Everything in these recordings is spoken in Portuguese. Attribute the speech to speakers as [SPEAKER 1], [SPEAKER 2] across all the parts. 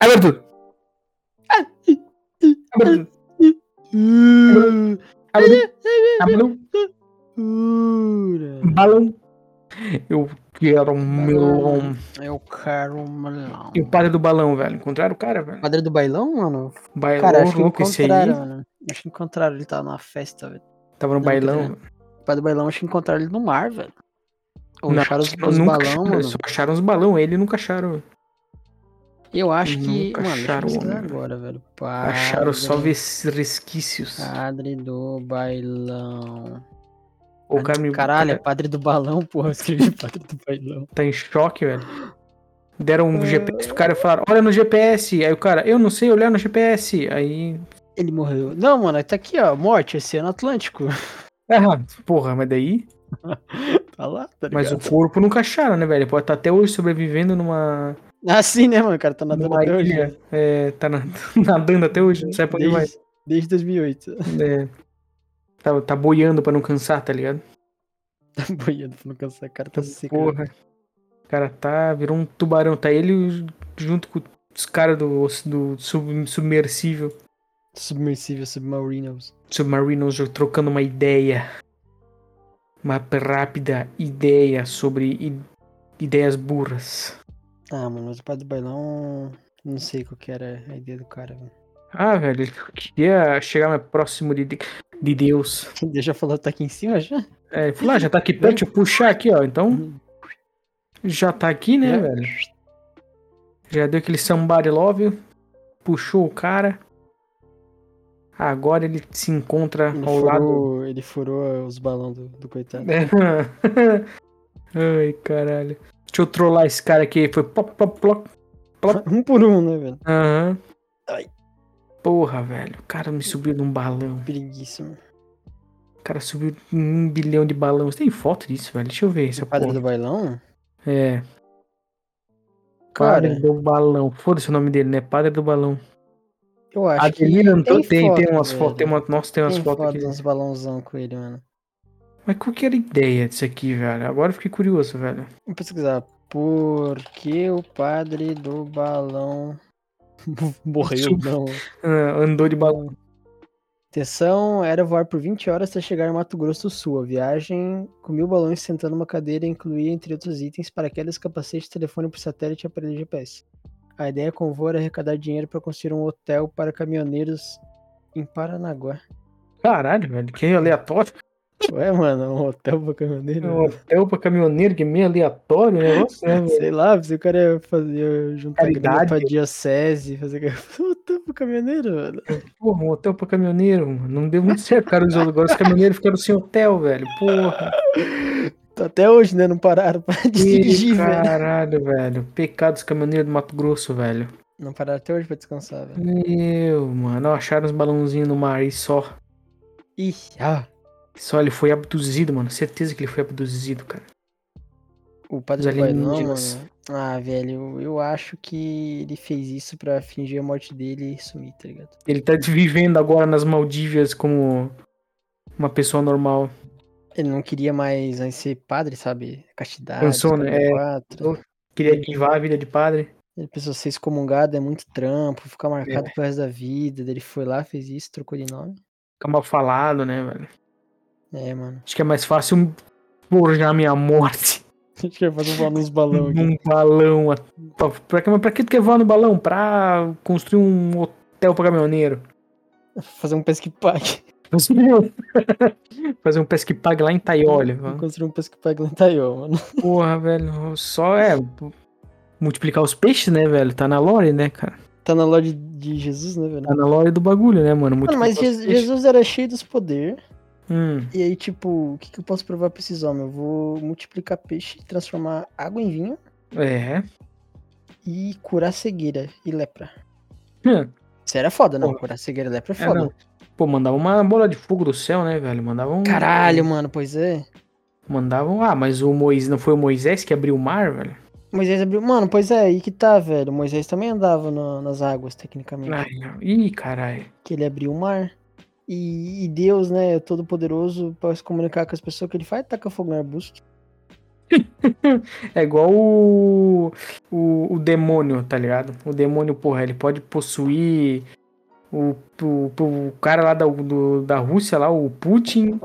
[SPEAKER 1] Abertura. Abertura. Abertura. Abertura.
[SPEAKER 2] Pura.
[SPEAKER 1] Balão. Eu quero um melão.
[SPEAKER 2] Eu quero um melão.
[SPEAKER 1] E o padre do balão, velho? Encontraram o cara, velho?
[SPEAKER 2] Padre do bailão, mano?
[SPEAKER 1] Bailão,
[SPEAKER 2] Cara, acho que
[SPEAKER 1] louco esse aí.
[SPEAKER 2] encontraram, mano. Acho que encontraram ele tá na festa, velho.
[SPEAKER 1] Tava no
[SPEAKER 2] Não,
[SPEAKER 1] bailão.
[SPEAKER 2] O padre do bailão, acho que encontraram ele no mar, velho. Ou
[SPEAKER 1] Não,
[SPEAKER 2] acharam os,
[SPEAKER 1] só-
[SPEAKER 2] os
[SPEAKER 1] nunca
[SPEAKER 2] balão,
[SPEAKER 1] acharam,
[SPEAKER 2] mano.
[SPEAKER 1] Só acharam os balão, ele nunca acharam.
[SPEAKER 2] Eu acho que.
[SPEAKER 1] Nunca
[SPEAKER 2] Mano, deixa eu
[SPEAKER 1] acharam o
[SPEAKER 2] pesquisar
[SPEAKER 1] homem,
[SPEAKER 2] agora, velho.
[SPEAKER 1] acharam só
[SPEAKER 2] Padre-
[SPEAKER 1] ves- resquícios.
[SPEAKER 2] Padre do bailão.
[SPEAKER 1] o cara me-
[SPEAKER 2] Caralho, é
[SPEAKER 1] o cara
[SPEAKER 2] padre do balão, porra. Eu escrevi padre do bailão.
[SPEAKER 1] tá em choque, velho. Deram
[SPEAKER 2] Ah.
[SPEAKER 1] um GPS pro cara e falaram, olha no GPS. Aí o cara, eu não sei olhar no GPS. Aí.
[SPEAKER 2] Ele morreu. Não, mano, tá aqui, ó. Morte, Oceano Atlântico.
[SPEAKER 1] Ah, porra, mas daí.
[SPEAKER 2] Tá lá, tá ligado?
[SPEAKER 1] Mas o corpo nunca acharam, né, velho? Pode estar até hoje sobrevivendo numa.
[SPEAKER 2] Ah, sim, né, mano? O cara tá nadando
[SPEAKER 1] numa
[SPEAKER 2] até hoje. né?
[SPEAKER 1] ilha. É, tá na- nadando até hoje, não sabe pra onde vai.
[SPEAKER 2] Desde, desde 2008.
[SPEAKER 1] É. Tá, tá boiando pra não cansar, tá ligado? Então,
[SPEAKER 2] Tá boiando pra não cansar, o cara tá seco.
[SPEAKER 1] Porra. O cara tá, virou um tubarão. Tá ele junto com os caras do, do sub- submersível,
[SPEAKER 2] Submersível, submarinos.
[SPEAKER 1] submarinos, trocando uma ideia. Uma rápida ideia sobre i- ideias burras.
[SPEAKER 2] Ah, mano, mas o padre do bailão. Não sei qual que era a ideia do cara, velho.
[SPEAKER 1] Ah, velho, ele queria chegar mais próximo de, de Deus.
[SPEAKER 2] Deixa eu falar, tá aqui em cima já?
[SPEAKER 1] É, ele falou, ah, já tá aqui perto, deixa eu puxar aqui, ó. Então, já tá aqui, né,
[SPEAKER 2] É.
[SPEAKER 1] velho? Já deu aquele somebody love, you, puxou o cara. Agora ele se encontra
[SPEAKER 2] Ele
[SPEAKER 1] ao lado.
[SPEAKER 2] furou, ele furou os balões do, do coitado.
[SPEAKER 1] Ai, caralho. Deixa eu trollar esse cara aqui. Foi pop, pop, plop.
[SPEAKER 2] Um por um, né, velho?
[SPEAKER 1] Aham.
[SPEAKER 2] Ai.
[SPEAKER 1] Porra, velho. O cara me subiu num balão.
[SPEAKER 2] Preguiça, mano.
[SPEAKER 1] O cara subiu em um bilhão de balão. Você tem foto disso, velho? Deixa eu ver essa
[SPEAKER 2] O padre
[SPEAKER 1] é porra.
[SPEAKER 2] do bailão?
[SPEAKER 1] É.
[SPEAKER 2] Cara,
[SPEAKER 1] Padre do balão. Foda-se o nome dele, né? Padre do balão.
[SPEAKER 2] eu acho
[SPEAKER 1] Adelina
[SPEAKER 2] que
[SPEAKER 1] Antônio tem, tem
[SPEAKER 2] foto,
[SPEAKER 1] umas
[SPEAKER 2] velho.
[SPEAKER 1] fotos, tem uma, nossa, tem umas
[SPEAKER 2] Tem
[SPEAKER 1] fotos
[SPEAKER 2] foto
[SPEAKER 1] aqui.
[SPEAKER 2] uns balãozão com ele, mano.
[SPEAKER 1] Mas qual que era a ideia disso aqui, velho? Agora eu fiquei curioso, velho.
[SPEAKER 2] Vou pesquisar. Por que o padre do balão morreu?
[SPEAKER 1] Sub-
[SPEAKER 2] Não.
[SPEAKER 1] Ah, andou de balão.
[SPEAKER 2] Intenção era voar por 20 horas até chegar em Mato Grosso do Sul. A viagem com mil balões sentando uma cadeira incluía, entre outros itens, paraquedas, capacete, telefone por satélite e aparelho de GPS. A ideia com o voo era arrecadar dinheiro para construir um hotel para caminhoneiros em Paranaguá.
[SPEAKER 1] Caralho, velho, que aleatório.
[SPEAKER 2] Ué, mano, um hotel para caminhoneiro?
[SPEAKER 1] É um hotel pra caminhoneiro, que é meio aleatório o negócio, né? velho?
[SPEAKER 2] Sei lá, se o cara ia fazer, juntar grana
[SPEAKER 1] Caridade.
[SPEAKER 2] pra diocese, fazer hotel pro caminhoneiro, mano.
[SPEAKER 1] Porra, um hotel pra caminhoneiro, mano. Não deu muito certo, cara. Os, agora os caminhoneiros ficaram sem hotel, velho. Porra.
[SPEAKER 2] Tá Até hoje, né? Não pararam pra
[SPEAKER 1] Ih,
[SPEAKER 2] dirigir, velho.
[SPEAKER 1] caralho, velho. Pecado dos caminhoneiros do Mato Grosso, velho.
[SPEAKER 2] Não pararam até hoje pra descansar, velho.
[SPEAKER 1] Meu, mano. Acharam os balãozinhos no mar e só.
[SPEAKER 2] Ih, ah,
[SPEAKER 1] Só ele foi abduzido, mano. Certeza que ele foi abduzido, cara.
[SPEAKER 2] o padre
[SPEAKER 1] Os
[SPEAKER 2] do bailão,
[SPEAKER 1] alienígenas.
[SPEAKER 2] mano. Ah, velho, eu, eu acho que ele fez isso pra fingir a morte dele e sumir, tá ligado?
[SPEAKER 1] Ele tá vivendo agora nas Maldívias como uma pessoa normal.
[SPEAKER 2] Ele não queria mais aí, ser padre, sabe? Castidade,
[SPEAKER 1] Cansou, né? É.
[SPEAKER 2] 44.
[SPEAKER 1] Queria guivar a vida de padre.
[SPEAKER 2] Ele pensou ser excomungado é muito trampo, ficar marcado
[SPEAKER 1] É.
[SPEAKER 2] pro resto da vida. Daí Ele foi lá, fez isso, trocou de nome.
[SPEAKER 1] Fica mal falado, né, velho?
[SPEAKER 2] É, mano.
[SPEAKER 1] Acho que é mais fácil forjar minha morte
[SPEAKER 2] Acho que vai fazer um voar nos balão aqui.
[SPEAKER 1] num balão. a- Pra, pra, que- mas pra que tu quer voar no balão? Pra construir um hotel pra caminhoneiro.
[SPEAKER 2] Fazer um pesque-pague.
[SPEAKER 1] Fazer um pesque-pague lá em Taiolha. mano.
[SPEAKER 2] Construir um pesque-pague lá em Taiwan, mano.
[SPEAKER 1] Porra, velho. Só é multiplicar os peixes, né, velho? Tá na lore, né, cara?
[SPEAKER 2] Tá na loja de Jesus, né, velho?
[SPEAKER 1] Tá na lore do bagulho, né, mano?
[SPEAKER 2] Mano, mas
[SPEAKER 1] Multiplicar os
[SPEAKER 2] Je-
[SPEAKER 1] peixes.
[SPEAKER 2] Jesus era cheio dos poderes.
[SPEAKER 1] Hum.
[SPEAKER 2] E aí, tipo, o que, que eu posso provar pra esses homens? Eu vou multiplicar peixe, transformar água em vinho
[SPEAKER 1] É.
[SPEAKER 2] e curar cegueira e lepra.
[SPEAKER 1] Hum.
[SPEAKER 2] Isso era foda, não.
[SPEAKER 1] Porra.
[SPEAKER 2] Curar cegueira e lepra é
[SPEAKER 1] É,
[SPEAKER 2] foda.
[SPEAKER 1] não. Pô, mandava uma bola de fogo do céu, né, velho? Mandava um.
[SPEAKER 2] Caralho, mano, pois é.
[SPEAKER 1] Mandavam. Ah, mas o Moisés. Não foi o Moisés que abriu o mar, velho?
[SPEAKER 2] Moisés abriu. Mano, pois é, aí que tá, velho. Moisés também andava na- nas águas, tecnicamente.
[SPEAKER 1] Ai, não. Ih, caralho.
[SPEAKER 2] que ele abriu o mar. E, e Deus, né, é todo poderoso, para se comunicar com as pessoas, que ele faz taca fogo no arbusto.
[SPEAKER 1] É igual o, o, o demônio, tá ligado? O demônio, porra, ele pode possuir o, o, o cara lá da, do- da Rússia, lá, o Putin,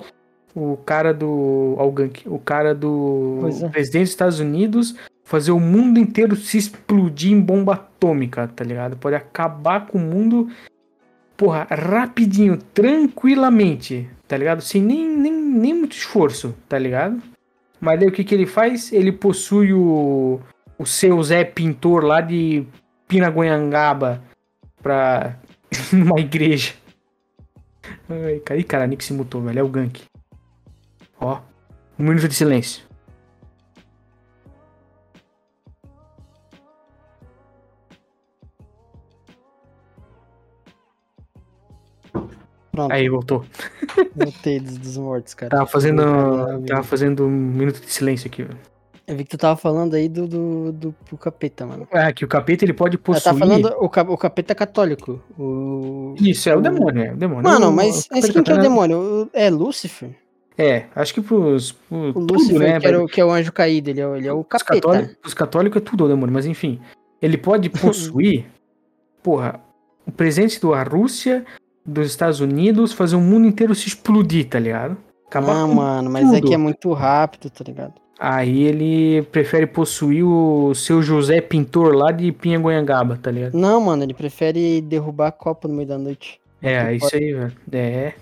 [SPEAKER 1] o cara do. Alguém, que- o cara do
[SPEAKER 2] Pois é.
[SPEAKER 1] presidente dos Estados Unidos, fazer o mundo inteiro se explodir em bomba atômica, tá ligado? Pode acabar com o mundo, porra, rapidinho, tranquilamente, tá ligado? Sem nem, nem, nem muito esforço, tá ligado? Mas daí o que, que ele faz? Ele possui o, o seu Zé Pintor lá de Pinagonhangaba pra numa igreja. Ai, cara, ih, cara, a Nick se mutou, velho. É o gank. Ó, um minuto de silêncio.
[SPEAKER 2] Pronto,
[SPEAKER 1] Aí, voltou.
[SPEAKER 2] voltei dos, dos mortos, cara.
[SPEAKER 1] Tava fazendo,
[SPEAKER 2] Caralho.
[SPEAKER 1] tava fazendo um minuto de silêncio aqui, velho.
[SPEAKER 2] Eu vi que tu tava falando aí do, do, do, do capeta, mano.
[SPEAKER 1] Ah, que o capeta ele pode
[SPEAKER 2] Ela
[SPEAKER 1] possuir.
[SPEAKER 2] tá falando o, cap- o capeta católico. O...
[SPEAKER 1] Isso, é o demônio, é o demônio.
[SPEAKER 2] Mano,
[SPEAKER 1] O-
[SPEAKER 2] mas,
[SPEAKER 1] o
[SPEAKER 2] mas
[SPEAKER 1] capeta
[SPEAKER 2] quem que é o
[SPEAKER 1] tá-
[SPEAKER 2] demônio? O- É Lúcifer?
[SPEAKER 1] É, acho que pros. pro-
[SPEAKER 2] O
[SPEAKER 1] tudo,
[SPEAKER 2] Lúcifer
[SPEAKER 1] né,
[SPEAKER 2] que, era o, que é o anjo caído, ele é, o- ele é o
[SPEAKER 1] Os
[SPEAKER 2] capeta.
[SPEAKER 1] católicos, os católicos é tudo o demônio, mas enfim. Ele pode possuir, porra, o presidente da Rússia, dos Estados Unidos, fazer o mundo inteiro se explodir, tá ligado? Acabar
[SPEAKER 2] Ah,
[SPEAKER 1] com
[SPEAKER 2] mano, mas é
[SPEAKER 1] tudo.
[SPEAKER 2] que é muito rápido, tá ligado?
[SPEAKER 1] Aí ele prefere possuir o seu José Pintor lá de Pinhagonhangaba, tá ligado?
[SPEAKER 2] Não, mano, ele prefere derrubar copo no meio da noite.
[SPEAKER 1] É,
[SPEAKER 2] Que
[SPEAKER 1] isso aí, velho. É.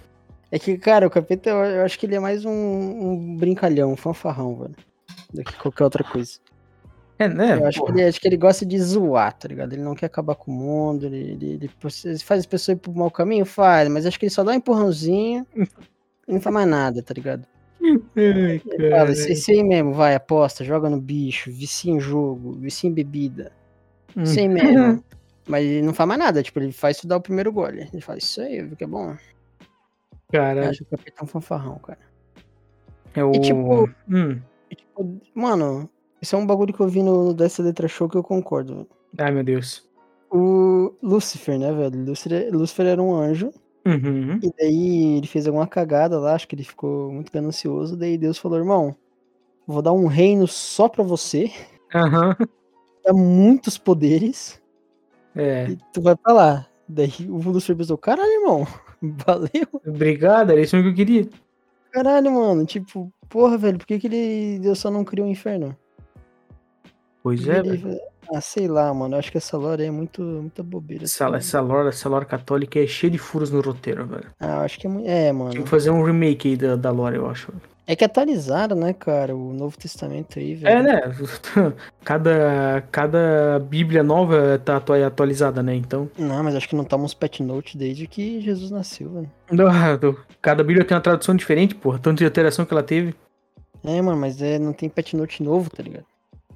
[SPEAKER 2] É que, cara, o capeta, eu, eu acho que ele é mais um, um brincalhão, um fanfarrão, velho. Do que qualquer outra coisa.
[SPEAKER 1] É, né?
[SPEAKER 2] eu acho que,
[SPEAKER 1] porra.
[SPEAKER 2] ele, acho que ele gosta de zoar, tá ligado? Ele não quer acabar com o mundo, ele, ele, ele faz as pessoas ir pro mau caminho, faz, mas acho que ele só dá um empurrãozinho e não faz mais nada, tá ligado?
[SPEAKER 1] Ai,
[SPEAKER 2] Ele
[SPEAKER 1] cara.
[SPEAKER 2] fala, isso isso aí mesmo, vai, aposta, joga no bicho, vicia em jogo, vicia em bebida,
[SPEAKER 1] Hum.
[SPEAKER 2] isso aí mesmo. Mas ele não faz mais nada, tipo, ele faz tu dar o primeiro gole. Ele fala, isso aí, viu que é bom. Eu
[SPEAKER 1] Cara,
[SPEAKER 2] acho que o capitão é um fanfarrão, cara.
[SPEAKER 1] é o.
[SPEAKER 2] E tipo,
[SPEAKER 1] Hum.
[SPEAKER 2] e, tipo, mano, isso é um bagulho que eu vi no, no dessa letra show que eu concordo, velho.
[SPEAKER 1] Ai, meu Deus.
[SPEAKER 2] o Lúcifer, né, velho? Lúcifer, Lúcifer era um anjo,
[SPEAKER 1] Uhum.
[SPEAKER 2] e daí ele fez alguma cagada lá, acho que ele ficou muito ganancioso, daí Deus falou, irmão, vou dar um reino só pra você,
[SPEAKER 1] Aham.
[SPEAKER 2] dá muitos poderes,
[SPEAKER 1] É.
[SPEAKER 2] e tu vai pra lá. Daí o Lúcifer pensou, caralho, irmão, valeu,
[SPEAKER 1] Obrigado, era isso mesmo que eu queria.
[SPEAKER 2] caralho, mano, tipo, porra, velho, por que que ele, Deus só não criou o inferno?
[SPEAKER 1] Pois é,
[SPEAKER 2] Ele-
[SPEAKER 1] velho.
[SPEAKER 2] ah, sei lá, mano, eu acho que essa lore aí é muito, muita bobeira.
[SPEAKER 1] Essa,
[SPEAKER 2] assim.
[SPEAKER 1] essa, lore, essa lore católica é cheia de furos no roteiro, velho.
[SPEAKER 2] Ah, eu acho que é, mui- é, mano.
[SPEAKER 1] Tinha que fazer um remake aí da, da lore, eu acho.
[SPEAKER 2] É que atualizaram, né, cara, o Novo Testamento aí, velho.
[SPEAKER 1] É, né? Cada, cada bíblia nova tá atua- atualizada, né? Então.
[SPEAKER 2] Não, mas acho que não toma uns pet note desde que Jesus nasceu, velho.
[SPEAKER 1] Ah, do- Cada bíblia tem uma tradução diferente, porra. Tanto de alteração que ela teve.
[SPEAKER 2] É, mano, mas é, não tem pet note novo, tá ligado?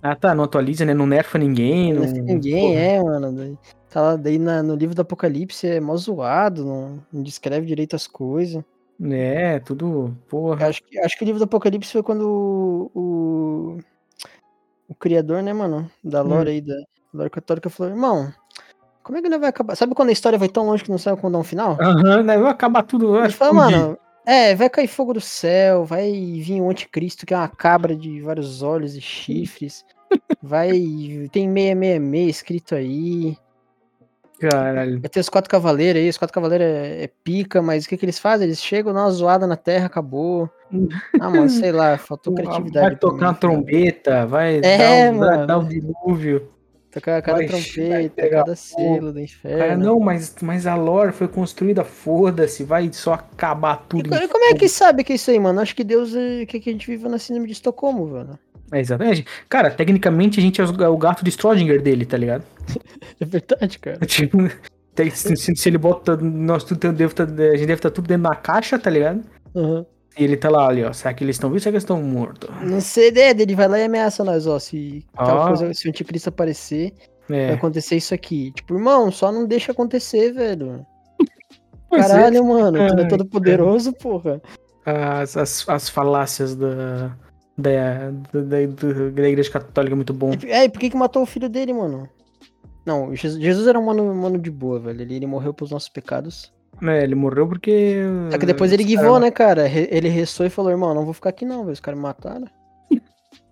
[SPEAKER 1] Ah, tá. Não atualiza, né? Não nerfa ninguém. Não,
[SPEAKER 2] Não tem ninguém,
[SPEAKER 1] Hum, porra.
[SPEAKER 2] é, mano. Daí, tá lá, daí na- no livro do Apocalipse é mó zoado, não, não descreve direito as coisas.
[SPEAKER 1] É, tudo. Porra.
[SPEAKER 2] Acho que, acho que o livro do Apocalipse foi quando o. o, o criador, né, mano? Da
[SPEAKER 1] Hum.
[SPEAKER 2] lore aí, da lore católica, falou: irmão, como é que ele vai acabar? Sabe quando a história vai tão longe que não sabe quando dá um final?
[SPEAKER 1] Aham, né? Vai acabar tudo. Vai
[SPEAKER 2] Ele fala,
[SPEAKER 1] explodir.
[SPEAKER 2] mano, é, vai cair fogo do céu, vai vir o anticristo, que é uma cabra de vários olhos e chifres. Vai. Tem 666 escrito aí.
[SPEAKER 1] Caralho.
[SPEAKER 2] Vai ter os quatro cavaleiros aí, os quatro cavaleiros é, é pica, mas o que, que eles fazem? Eles chegam, dão uma zoada na terra, acabou. Ah, mano, sei lá, faltou criatividade.
[SPEAKER 1] Vai
[SPEAKER 2] pra
[SPEAKER 1] tocar
[SPEAKER 2] mim,
[SPEAKER 1] uma trombeta. Vai
[SPEAKER 2] É,
[SPEAKER 1] dar, um, vai
[SPEAKER 2] mano.
[SPEAKER 1] dar um dilúvio.
[SPEAKER 2] cara. Tocar cada
[SPEAKER 1] vai- vai
[SPEAKER 2] trompeta,
[SPEAKER 1] pegar fogo.
[SPEAKER 2] cada selo do inferno.
[SPEAKER 1] Cara, É, não, mas, mas a lore foi construída, foda-se, vai só acabar
[SPEAKER 2] E
[SPEAKER 1] tudo.
[SPEAKER 2] co- e como é que sabe que é isso aí, mano? Acho que Deus é que, que a gente vive na síndrome de Estocolmo, velho.
[SPEAKER 1] É, exatamente. Cara, tecnicamente a gente é os- é o gato de Schrödinger dele, tá ligado?
[SPEAKER 2] É verdade, cara.
[SPEAKER 1] Tipo, tem- se, se- se ele bota. Nós tudo tem- deve tá- a gente deve estar tudo dentro da caixa, tá ligado?
[SPEAKER 2] Aham.
[SPEAKER 1] E ele tá lá ali, ó. Será que eles estão vivos ou será que eles estão mortos?
[SPEAKER 2] Não sei, né? Ele vai lá e ameaça nós, ó. Se
[SPEAKER 1] Ó.
[SPEAKER 2] tal coisa, se o anticristo aparecer, vai
[SPEAKER 1] É.
[SPEAKER 2] acontecer isso aqui. Tipo, irmão, só não deixa acontecer, velho.
[SPEAKER 1] Pois é.
[SPEAKER 2] Caralho, mano, tu não
[SPEAKER 1] Ai,
[SPEAKER 2] é todo poderoso, porra.
[SPEAKER 1] As, as, as falácias da, da, da, da- da Igreja Católica é muito bom.
[SPEAKER 2] E, é, e por que que matou o filho dele, mano? Não, Jesus, Jesus era um mano, mano de boa, velho. Ele, ele morreu pelos nossos pecados.
[SPEAKER 1] É, ele morreu porque.
[SPEAKER 2] Só que depois ele
[SPEAKER 1] os caras-
[SPEAKER 2] guivou, né, cara? Re- Ele restou e falou, irmão, não vou ficar aqui não, velho. Os caras me mataram.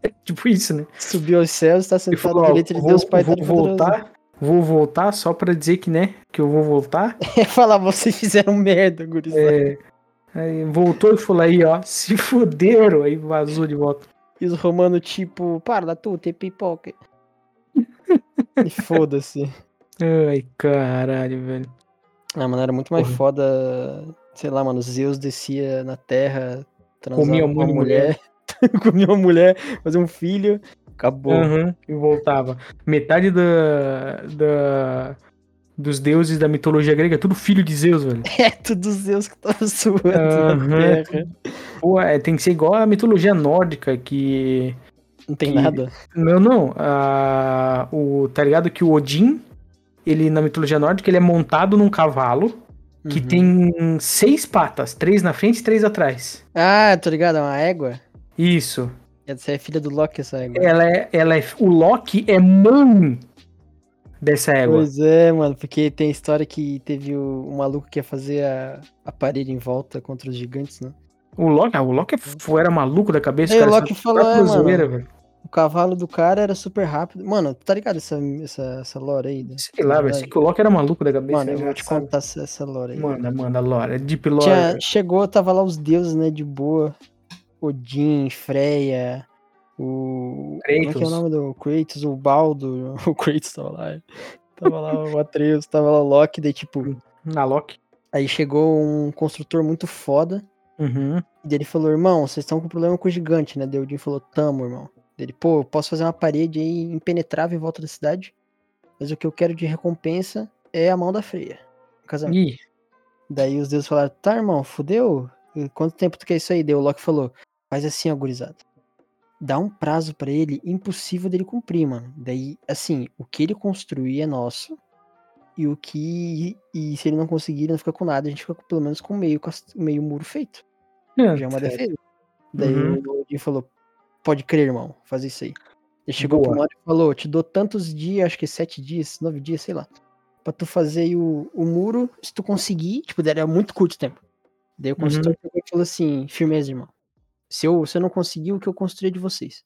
[SPEAKER 1] É tipo isso, né?
[SPEAKER 2] Subiu aos céus, tá
[SPEAKER 1] Ele
[SPEAKER 2] sentado
[SPEAKER 1] falou,
[SPEAKER 2] à
[SPEAKER 1] ó,
[SPEAKER 2] direita de
[SPEAKER 1] vou,
[SPEAKER 2] Deus Pai
[SPEAKER 1] vou
[SPEAKER 2] Todo-Poderoso.
[SPEAKER 1] voltar, vou voltar só pra dizer que, né, que eu vou voltar.
[SPEAKER 2] É falar, vocês fizeram merda, gurizada.
[SPEAKER 1] É, aí voltou e falou aí, ó, se fuderam, aí vazou de volta.
[SPEAKER 2] E os romanos, tipo, parla tu, tem pipoca. e foda-se.
[SPEAKER 1] Ai, caralho, velho.
[SPEAKER 2] Ah, mano, era muito mais
[SPEAKER 1] Porra.
[SPEAKER 2] foda. Sei lá, mano, Zeus descia na terra, transava
[SPEAKER 1] Comia um
[SPEAKER 2] com uma
[SPEAKER 1] monte de
[SPEAKER 2] mulher, comia uma mulher, fazia um filho, acabou.
[SPEAKER 1] Aham, e voltava. Metade da, da- dos deuses da mitologia grega, é tudo filho de Zeus, velho.
[SPEAKER 2] É tudo Zeus que tava suando na
[SPEAKER 1] Aham.
[SPEAKER 2] terra.
[SPEAKER 1] Pô, é, tem que ser igual a mitologia nórdica, que.
[SPEAKER 2] Não tem
[SPEAKER 1] Que-
[SPEAKER 2] nada.
[SPEAKER 1] Não, não. a- o, tá ligado que o Odin, ele na mitologia nórdica, ele é montado num cavalo que
[SPEAKER 2] Uhum.
[SPEAKER 1] tem seis patas, três na frente e três atrás.
[SPEAKER 2] Ah, tô ligado, é uma égua.
[SPEAKER 1] Isso.
[SPEAKER 2] Essa é filha do Loki, essa égua.
[SPEAKER 1] Ela é, ela é. O Loki é mãe dessa égua.
[SPEAKER 2] Pois é, mano, porque tem história que teve o, o maluco que ia fazer a, a parede em volta contra os gigantes, né?
[SPEAKER 1] O Loki, ah, o Loki é f- era maluco da cabeça,
[SPEAKER 2] É, o
[SPEAKER 1] cara.
[SPEAKER 2] Loki
[SPEAKER 1] só-
[SPEAKER 2] falou,
[SPEAKER 1] só
[SPEAKER 2] é, mano.
[SPEAKER 1] zoeira, velho.
[SPEAKER 2] O cavalo do cara era super rápido. Mano, tá ligado essa, essa, essa lore aí? né?
[SPEAKER 1] Sei lá, velho. Sei que o Loki era maluco da cabeça.
[SPEAKER 2] Mano, eu vou te
[SPEAKER 1] engraçado.
[SPEAKER 2] contar essa, essa lore aí.
[SPEAKER 1] Manda, manda, Lore. É Deep Lore.
[SPEAKER 2] Tinha, chegou, tava lá os deuses, né, de boa. Odin, Freya, o... Como é que é o
[SPEAKER 1] Kratos.
[SPEAKER 2] nome do Kratos? O Baldo, o Kratos tava lá. é. Tava lá o Atreus, tava lá o Loki, daí
[SPEAKER 1] Hum.
[SPEAKER 2] tipo...
[SPEAKER 1] Na Loki.
[SPEAKER 2] Aí chegou um construtor muito foda,
[SPEAKER 1] Uhum.
[SPEAKER 2] E daí ele falou, irmão, vocês estão com problema com o gigante, né? Daí o Jim falou, tamo, irmão. Daí Ele, pô, eu posso fazer uma parede aí impenetrável em volta da cidade, mas o que eu quero de recompensa é a mão da freia. no Casamento.
[SPEAKER 1] Ih,
[SPEAKER 2] Daí os deuses falaram, tá, irmão, fudeu? E Quanto tempo tu quer isso aí? Daí o Loki falou, faz assim, ó, gurizada. Dá um prazo pra ele impossível dele cumprir, mano. Daí, assim, o que ele construir é nosso. E o que. E se ele não conseguir, ele não fica com nada. A gente fica com- pelo menos com meio, cas- meio muro feito já é uma defesa. Daí
[SPEAKER 1] Uhum.
[SPEAKER 2] o Odin falou: pode crer, irmão, faz isso aí. Ele chegou
[SPEAKER 1] Boa.
[SPEAKER 2] pro Mori e falou: te dou tantos dias, acho que sete dias, nove dias, sei lá, pra tu fazer aí o, o muro, se tu conseguir, tipo, era muito curto o tempo. Daí
[SPEAKER 1] Uhum.
[SPEAKER 2] o construtor pegou e falou assim: firmeza, irmão. Se eu, se eu não conseguir, o que eu construí é de vocês.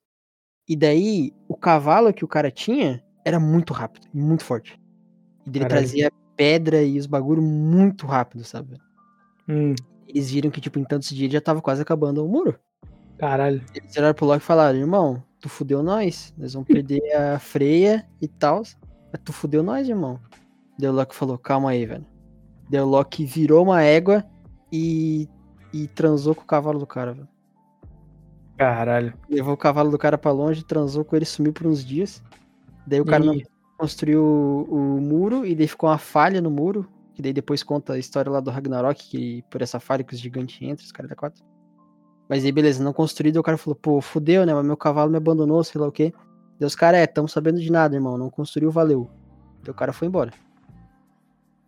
[SPEAKER 2] E daí, o cavalo que o cara tinha era muito rápido, muito forte. E daí ele
[SPEAKER 1] Caralho.
[SPEAKER 2] trazia pedra e os bagulho muito rápido, sabe?
[SPEAKER 1] Hum,
[SPEAKER 2] eles viram que, tipo, em tantos dias já tava quase acabando o muro.
[SPEAKER 1] caralho.
[SPEAKER 2] Eles olharam pro Loki e falaram, irmão, tu fudeu nós. Nós vamos perder a freia e tal. Mas tu fudeu nós, irmão. Daí o Loki falou, calma aí, velho. Daí o Loki virou uma égua e, e transou com o cavalo do cara, velho.
[SPEAKER 1] Caralho.
[SPEAKER 2] Levou o cavalo do cara pra longe, transou com ele, sumiu por uns dias. Daí o cara não
[SPEAKER 1] Ih,
[SPEAKER 2] construiu o, o muro e daí ficou uma falha no muro. Que daí depois conta a história lá do Ragnarok, que por essa falha que os gigantes entram, os caras da quatro. Mas aí, beleza, não construído, aí o cara falou, pô, fudeu, né? Mas meu cavalo me abandonou, sei lá o quê. Daí os caras, é, tamo sabendo de nada, irmão. Não construiu, valeu. Daí o cara foi embora.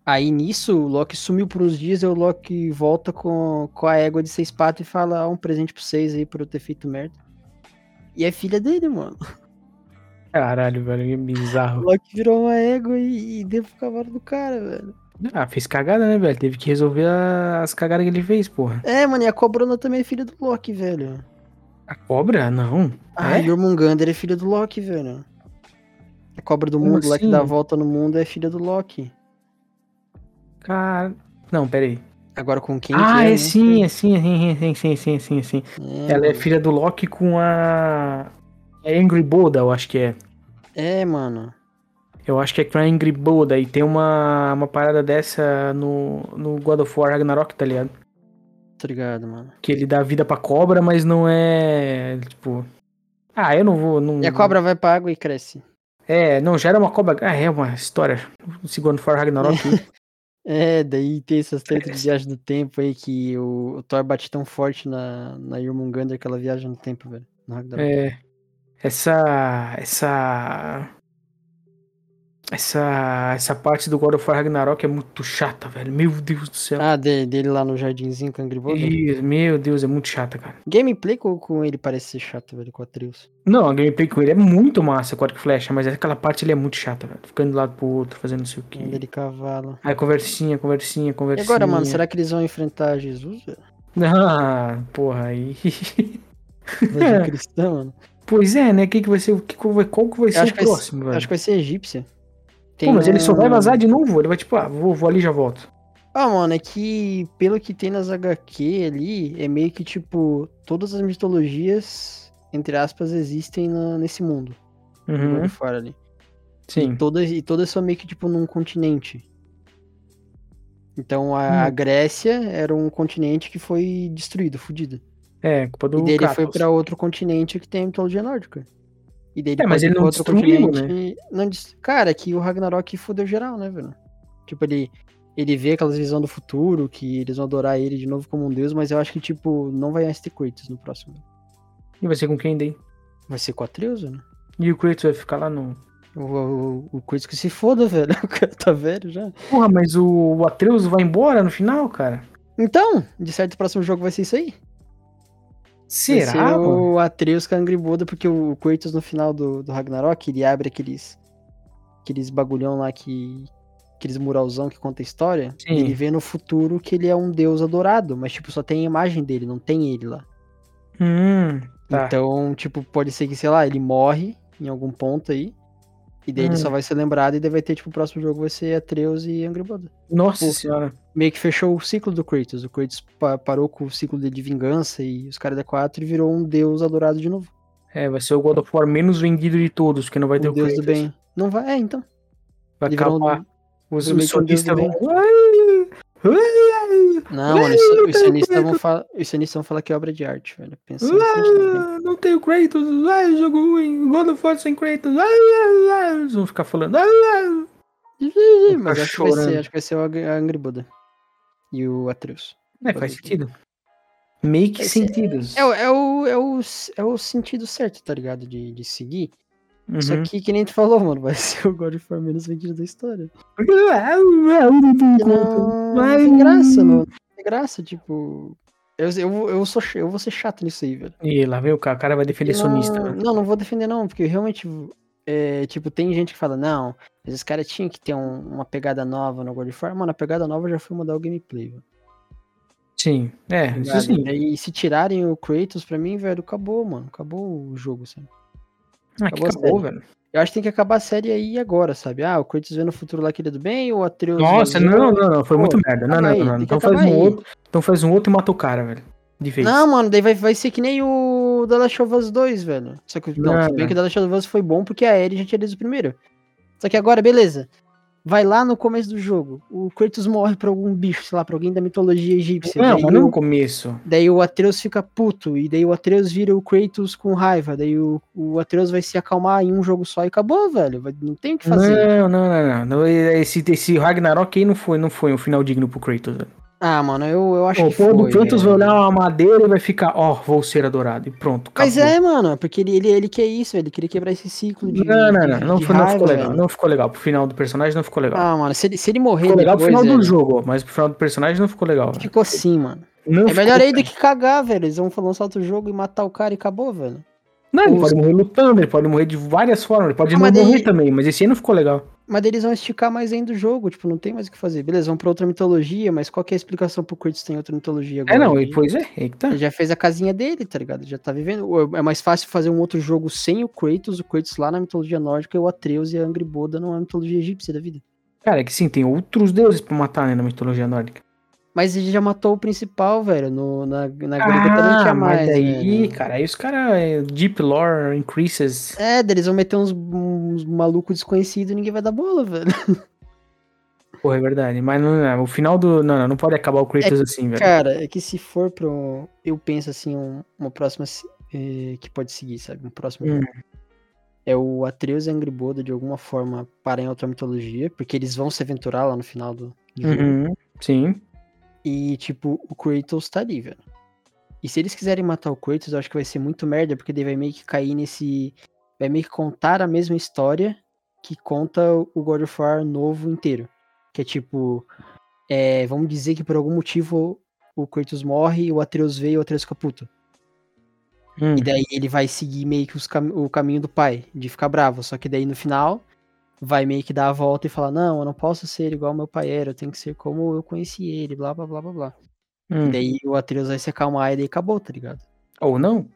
[SPEAKER 2] Aí nisso, o Loki sumiu por uns dias, e o Loki volta com, com a égua de seis patas e fala, ó, um presente pra vocês aí por eu ter feito merda. E é filha dele, mano.
[SPEAKER 1] Caralho, velho. Que
[SPEAKER 2] O
[SPEAKER 1] bizarro.
[SPEAKER 2] Loki virou uma égua e, e deu pro cavalo do cara, velho.
[SPEAKER 1] Ah, fez cagada, né, velho? Teve que resolver a- as cagadas que ele fez, porra.
[SPEAKER 2] É, mano, e a Cobrona também é filha do Loki, velho.
[SPEAKER 1] A cobra? Não.
[SPEAKER 2] Ah,
[SPEAKER 1] É?
[SPEAKER 2] Jormungandr é filha do Loki, velho. A cobra do mundo lá que
[SPEAKER 1] assim?
[SPEAKER 2] dá a volta no mundo é filha do Loki.
[SPEAKER 1] Cara. Não, peraí.
[SPEAKER 2] Agora com quem
[SPEAKER 1] Ah,
[SPEAKER 2] que
[SPEAKER 1] é
[SPEAKER 2] né?
[SPEAKER 1] sim, é sim, é sim, é sim, sim, sim, sim, sim.
[SPEAKER 2] É,
[SPEAKER 1] Ela é
[SPEAKER 2] mano.
[SPEAKER 1] filha do Loki com a. É Angry Boda, eu acho que é.
[SPEAKER 2] É, mano.
[SPEAKER 1] Eu acho que é com a Angry Boda e tem uma, uma parada dessa no, no God of War Ragnarok, tá ligado?
[SPEAKER 2] Tô ligado, mano.
[SPEAKER 1] Que ele dá vida pra cobra, mas não é. Tipo. Ah, eu não vou. Não...
[SPEAKER 2] E a cobra vai pra água e cresce.
[SPEAKER 1] É, não, já era uma cobra. Ah, é uma história. Se God of War Ragnarok.
[SPEAKER 2] É, daí tem essas tretas de viagem do tempo aí que o, o Thor bate tão forte na, na Jormungandr que ela viaja no tempo, velho. No Ragnarok.
[SPEAKER 1] é. Essa. Essa. Essa. Essa parte do God of War Ragnarok é muito chata, velho. Meu Deus do céu.
[SPEAKER 2] Ah, de- dele lá no jardinzinho com a Angry Bird?
[SPEAKER 1] Ih, meu Deus, é muito chata, cara.
[SPEAKER 2] Gameplay com, com ele parece ser chato, velho, com a Atreus.
[SPEAKER 1] Não, a gameplay com ele é muito massa, com arco e flecha, mas aquela parte ele é muito chata, velho. Ficando de lado pro outro, fazendo não sei o
[SPEAKER 2] Que...
[SPEAKER 1] quê.
[SPEAKER 2] de cavalo.
[SPEAKER 1] Aí conversinha, conversinha,
[SPEAKER 2] E
[SPEAKER 1] conversinha.
[SPEAKER 2] agora, mano, será que eles vão enfrentar Jesus, velho?
[SPEAKER 1] Ah, porra, aí.
[SPEAKER 2] Religião cristã, mano?
[SPEAKER 1] Pois é, né? Que que vai ser, que que vai- qual que vai ser
[SPEAKER 2] acho
[SPEAKER 1] o
[SPEAKER 2] que vai ser-
[SPEAKER 1] próximo, velho?
[SPEAKER 2] Acho que vai ser egípcia.
[SPEAKER 1] Pô, mas ele só vai
[SPEAKER 2] um-
[SPEAKER 1] vazar de novo? Ele vai tipo, ah, vou, vou ali e já volto.
[SPEAKER 2] Ah, mano, é que pelo que tem nas HQ ali, é meio que tipo, todas as mitologias, entre aspas, existem na- nesse mundo. do lado
[SPEAKER 1] Uhum,
[SPEAKER 2] de Fora ali.
[SPEAKER 1] Sim.
[SPEAKER 2] Todas, e todas são meio que tipo num continente. Então a,
[SPEAKER 1] Hum.
[SPEAKER 2] a Grécia era um continente que foi destruído, fudido.
[SPEAKER 1] É, culpa do
[SPEAKER 2] e daí ele
[SPEAKER 1] Kratos.
[SPEAKER 2] foi pra outro continente que tem a mitologia nórdica. E daí
[SPEAKER 1] É, mas
[SPEAKER 2] foi
[SPEAKER 1] ele
[SPEAKER 2] pra
[SPEAKER 1] não destruiu, né?
[SPEAKER 2] Não dest- Cara, que o Ragnarok fudeu geral, né, velho? Tipo, ele, ele vê aquelas visões do futuro, que eles vão adorar ele de novo como um deus, mas eu acho que, tipo, não vai mais ter Kratos no próximo.
[SPEAKER 1] E vai ser com quem daí?
[SPEAKER 2] Vai ser com a Atreus, né?
[SPEAKER 1] E o Kratos vai ficar lá no...
[SPEAKER 2] O, o, o Kratos que se foda, velho. O cara tá velho já.
[SPEAKER 1] Porra, mas o, o Atreus vai embora no final, cara?
[SPEAKER 2] Então, de certo, o próximo jogo vai ser isso aí. Vai
[SPEAKER 1] Será,
[SPEAKER 2] ser
[SPEAKER 1] mano?
[SPEAKER 2] o Atreus com a Angry Buddha, porque o Kratos no final do, do Ragnarok, ele abre aqueles, aqueles bagulhão lá que... Aqueles muralzão que conta a história.
[SPEAKER 1] Sim.
[SPEAKER 2] Ele vê no futuro que ele é um deus adorado, mas, tipo, só tem a imagem dele, não tem ele lá.
[SPEAKER 1] Hum, tá.
[SPEAKER 2] Então, tipo, pode ser que, sei lá, ele morre em algum ponto aí. E daí
[SPEAKER 1] Hum.
[SPEAKER 2] ele só vai ser lembrado e daí vai ter, tipo, o próximo jogo vai ser Atreus e Angry Buddha.
[SPEAKER 1] Nossa
[SPEAKER 2] pô.
[SPEAKER 1] senhora.
[SPEAKER 2] meio que fechou o ciclo do Kratos. O Kratos pa- parou com o ciclo dele de vingança e os caras da 4 e virou um deus adorado de novo.
[SPEAKER 1] É, vai ser o God of War menos vendido de todos, que não vai ter
[SPEAKER 2] Um
[SPEAKER 1] o
[SPEAKER 2] deus
[SPEAKER 1] Kratos.
[SPEAKER 2] do bem. Não vai, é, então.
[SPEAKER 1] Vai
[SPEAKER 2] Ele virou um-
[SPEAKER 1] acabar. Os,
[SPEAKER 2] virou meio
[SPEAKER 1] os
[SPEAKER 2] que um deus do
[SPEAKER 1] sonistas vão...
[SPEAKER 2] bem.
[SPEAKER 1] Ai, ai,
[SPEAKER 2] Não, mano, os- os sionistas vão falar, os sionistas vão falar que é obra de arte, velho. Pensa
[SPEAKER 1] ai,
[SPEAKER 2] bastante também.
[SPEAKER 1] ah, não tem o Kratos. Ai, jogo ruim. God of War sem Kratos. Ai, ai, ai. Eles vão ficar falando. Ai,
[SPEAKER 2] Ih,
[SPEAKER 1] Vou ficar
[SPEAKER 2] Mas acho que, vai ser,
[SPEAKER 1] chorando.
[SPEAKER 2] acho que vai ser o Ang- Angry Buddha e o Atreus.
[SPEAKER 1] É, faz sentido. Make
[SPEAKER 2] Vai ser-
[SPEAKER 1] sentido.
[SPEAKER 2] É, o- é, o, é, o, é o sentido certo, tá ligado? De, de seguir.
[SPEAKER 1] Uhum.
[SPEAKER 2] Só que, que nem tu falou, mano, vai ser o God of War menos vendido da história. que não, não tem graça, não. não tem graça, tipo. Eu, eu, eu, sou, ch- eu vou ser chato nisso aí, velho.
[SPEAKER 1] E lá vem o cara, o cara vai defender sonista.
[SPEAKER 2] Não,
[SPEAKER 1] né?
[SPEAKER 2] não, não vou defender, não, porque realmente. é, tipo, tem gente que fala, não, mas os caras tinham que ter um- uma pegada nova no God of War. Mano, a pegada nova já foi mudar o gameplay, velho.
[SPEAKER 1] Sim, é, isso
[SPEAKER 2] Ligado?
[SPEAKER 1] sim.
[SPEAKER 2] E se tirarem o Kratos, pra mim, velho, acabou, mano. Acabou o jogo, sabe?
[SPEAKER 1] Ah, que
[SPEAKER 2] Acabou a
[SPEAKER 1] acabou,
[SPEAKER 2] série.
[SPEAKER 1] velho.
[SPEAKER 2] Eu acho que tem que acabar a série aí agora, sabe? Ah, o Kratos vê no futuro lá que ele é do bem, ou o Atreus.
[SPEAKER 1] Nossa,
[SPEAKER 2] vazou.
[SPEAKER 1] não, não, não, foi
[SPEAKER 2] Pô,
[SPEAKER 1] muito merda. Não,
[SPEAKER 2] acaba
[SPEAKER 1] não,
[SPEAKER 2] aí,
[SPEAKER 1] não, não.
[SPEAKER 2] tem que
[SPEAKER 1] Então faz
[SPEAKER 2] acabar
[SPEAKER 1] um
[SPEAKER 2] aí.
[SPEAKER 1] outro, então faz um outro e mata o cara, velho. De vez.
[SPEAKER 2] Não, mano, daí vai, vai ser que nem o The Last of Us 2, velho. Só que, não,
[SPEAKER 1] Não,
[SPEAKER 2] tudo bem
[SPEAKER 1] não.
[SPEAKER 2] que o The Last of Us foi bom porque a Ellie já tinha lido o primeiro. Só que agora, beleza. Vai lá no começo do jogo. O Kratos morre pra algum bicho, sei lá, pra alguém da mitologia egípcia.
[SPEAKER 1] Não,
[SPEAKER 2] daí,
[SPEAKER 1] mas não no
[SPEAKER 2] o,
[SPEAKER 1] começo.
[SPEAKER 2] daí o Atreus fica puto. E daí o Atreus vira o Kratos com raiva. Daí o, o Atreus vai se acalmar em um jogo só e acabou, velho. Vai- Não tem o que fazer.
[SPEAKER 1] Não, não, não, não, não. Esse, esse Ragnarok aí não foi, não foi um final digno pro Kratos. velho.
[SPEAKER 2] Ah, mano, eu, eu acho
[SPEAKER 1] O
[SPEAKER 2] que foi. é.
[SPEAKER 1] povo do Kratos vai
[SPEAKER 2] velho.
[SPEAKER 1] olhar uma madeira e vai ficar, ó, vou ser adorado. E pronto, acabou.
[SPEAKER 2] Mas é, mano, porque ele, ele, ele quer isso, ele queria quebrar esse ciclo de.
[SPEAKER 1] Não, não, não.
[SPEAKER 2] de-
[SPEAKER 1] Não,
[SPEAKER 2] de
[SPEAKER 1] foi- não
[SPEAKER 2] raiva,
[SPEAKER 1] ficou legal.
[SPEAKER 2] velho.
[SPEAKER 1] Não ficou legal. Pro final do personagem não ficou legal.
[SPEAKER 2] Ah, é. mano, se ele, se ele morrer
[SPEAKER 1] ficou legal pro
[SPEAKER 2] depois,
[SPEAKER 1] final do
[SPEAKER 2] velho,
[SPEAKER 1] jogo, ó, mas pro final do personagem não ficou legal. velho.
[SPEAKER 2] ficou assim, mano.
[SPEAKER 1] Não
[SPEAKER 2] É
[SPEAKER 1] ficou
[SPEAKER 2] melhor aí
[SPEAKER 1] legal.
[SPEAKER 2] do que cagar, velho. Eles vão lançar outro jogo e matar o cara e acabou, velho.
[SPEAKER 1] Não, ele
[SPEAKER 2] Os-
[SPEAKER 1] pode morrer lutando, ele pode morrer de várias formas, ele pode
[SPEAKER 2] Ah,
[SPEAKER 1] não
[SPEAKER 2] mas daí-
[SPEAKER 1] morrer também, mas esse aí não ficou legal.
[SPEAKER 2] Mas daí eles vão esticar mais ainda o jogo, tipo, não tem mais o que fazer. Beleza, vão pra outra mitologia, mas qual que é a explicação pro Kratos tem outra mitologia agora?
[SPEAKER 1] É, não,
[SPEAKER 2] ele,
[SPEAKER 1] e- pois é, aí que tá.
[SPEAKER 2] ele já fez a casinha dele, tá ligado? Já tá vivendo. Ou É mais fácil fazer um outro jogo sem o Kratos, o Kratos lá na mitologia nórdica e o Atreus e a Angry Boda não é a mitologia egípcia da vida.
[SPEAKER 1] Cara, é que sim, tem outros deuses pra matar, né, na mitologia nórdica.
[SPEAKER 2] Mas ele já matou o principal, velho. No, na na grega também
[SPEAKER 1] Ah,
[SPEAKER 2] tinha
[SPEAKER 1] mas
[SPEAKER 2] mais.
[SPEAKER 1] daí,
[SPEAKER 2] velho.
[SPEAKER 1] cara, aí os caras, é, Deep Lore Increases.
[SPEAKER 2] É, daí eles vão meter uns, uns malucos desconhecidos e ninguém vai dar bola, velho.
[SPEAKER 1] Porra, é verdade, mas não, não, o final do... Não, não, não pode acabar o Kratos assim, velho.
[SPEAKER 2] Cara, é que se for pra um. Eu penso assim, um- uma próxima se- eh, que pode seguir, sabe? Um próximo.
[SPEAKER 1] Hum.
[SPEAKER 2] jogo. É o Atreus e Angry Boda de alguma forma para em outra mitologia, porque eles vão se aventurar lá no final do, do jogo.
[SPEAKER 1] Uhum, sim.
[SPEAKER 2] E, tipo, o Kratos tá ali, velho. E se eles quiserem matar o Kratos, eu acho que vai ser muito merda, porque daí vai meio que cair nesse. Vai meio que contar a mesma história que conta o God of War novo inteiro. Que é tipo. é, vamos dizer que por algum motivo o Kratos morre e o Atreus veio e o Atreus fica puto.
[SPEAKER 1] Hum.
[SPEAKER 2] E daí ele vai seguir meio que os cam- o caminho do pai, de ficar bravo. Só que daí no final vai meio que dar a volta e falar: Não, eu não posso ser igual meu pai era, eu tenho que ser como eu conheci ele, blá blá blá blá blá.
[SPEAKER 1] Hum.
[SPEAKER 2] Daí o Atreus vai se acalmar e daí acabou, tá ligado?
[SPEAKER 1] Ou não?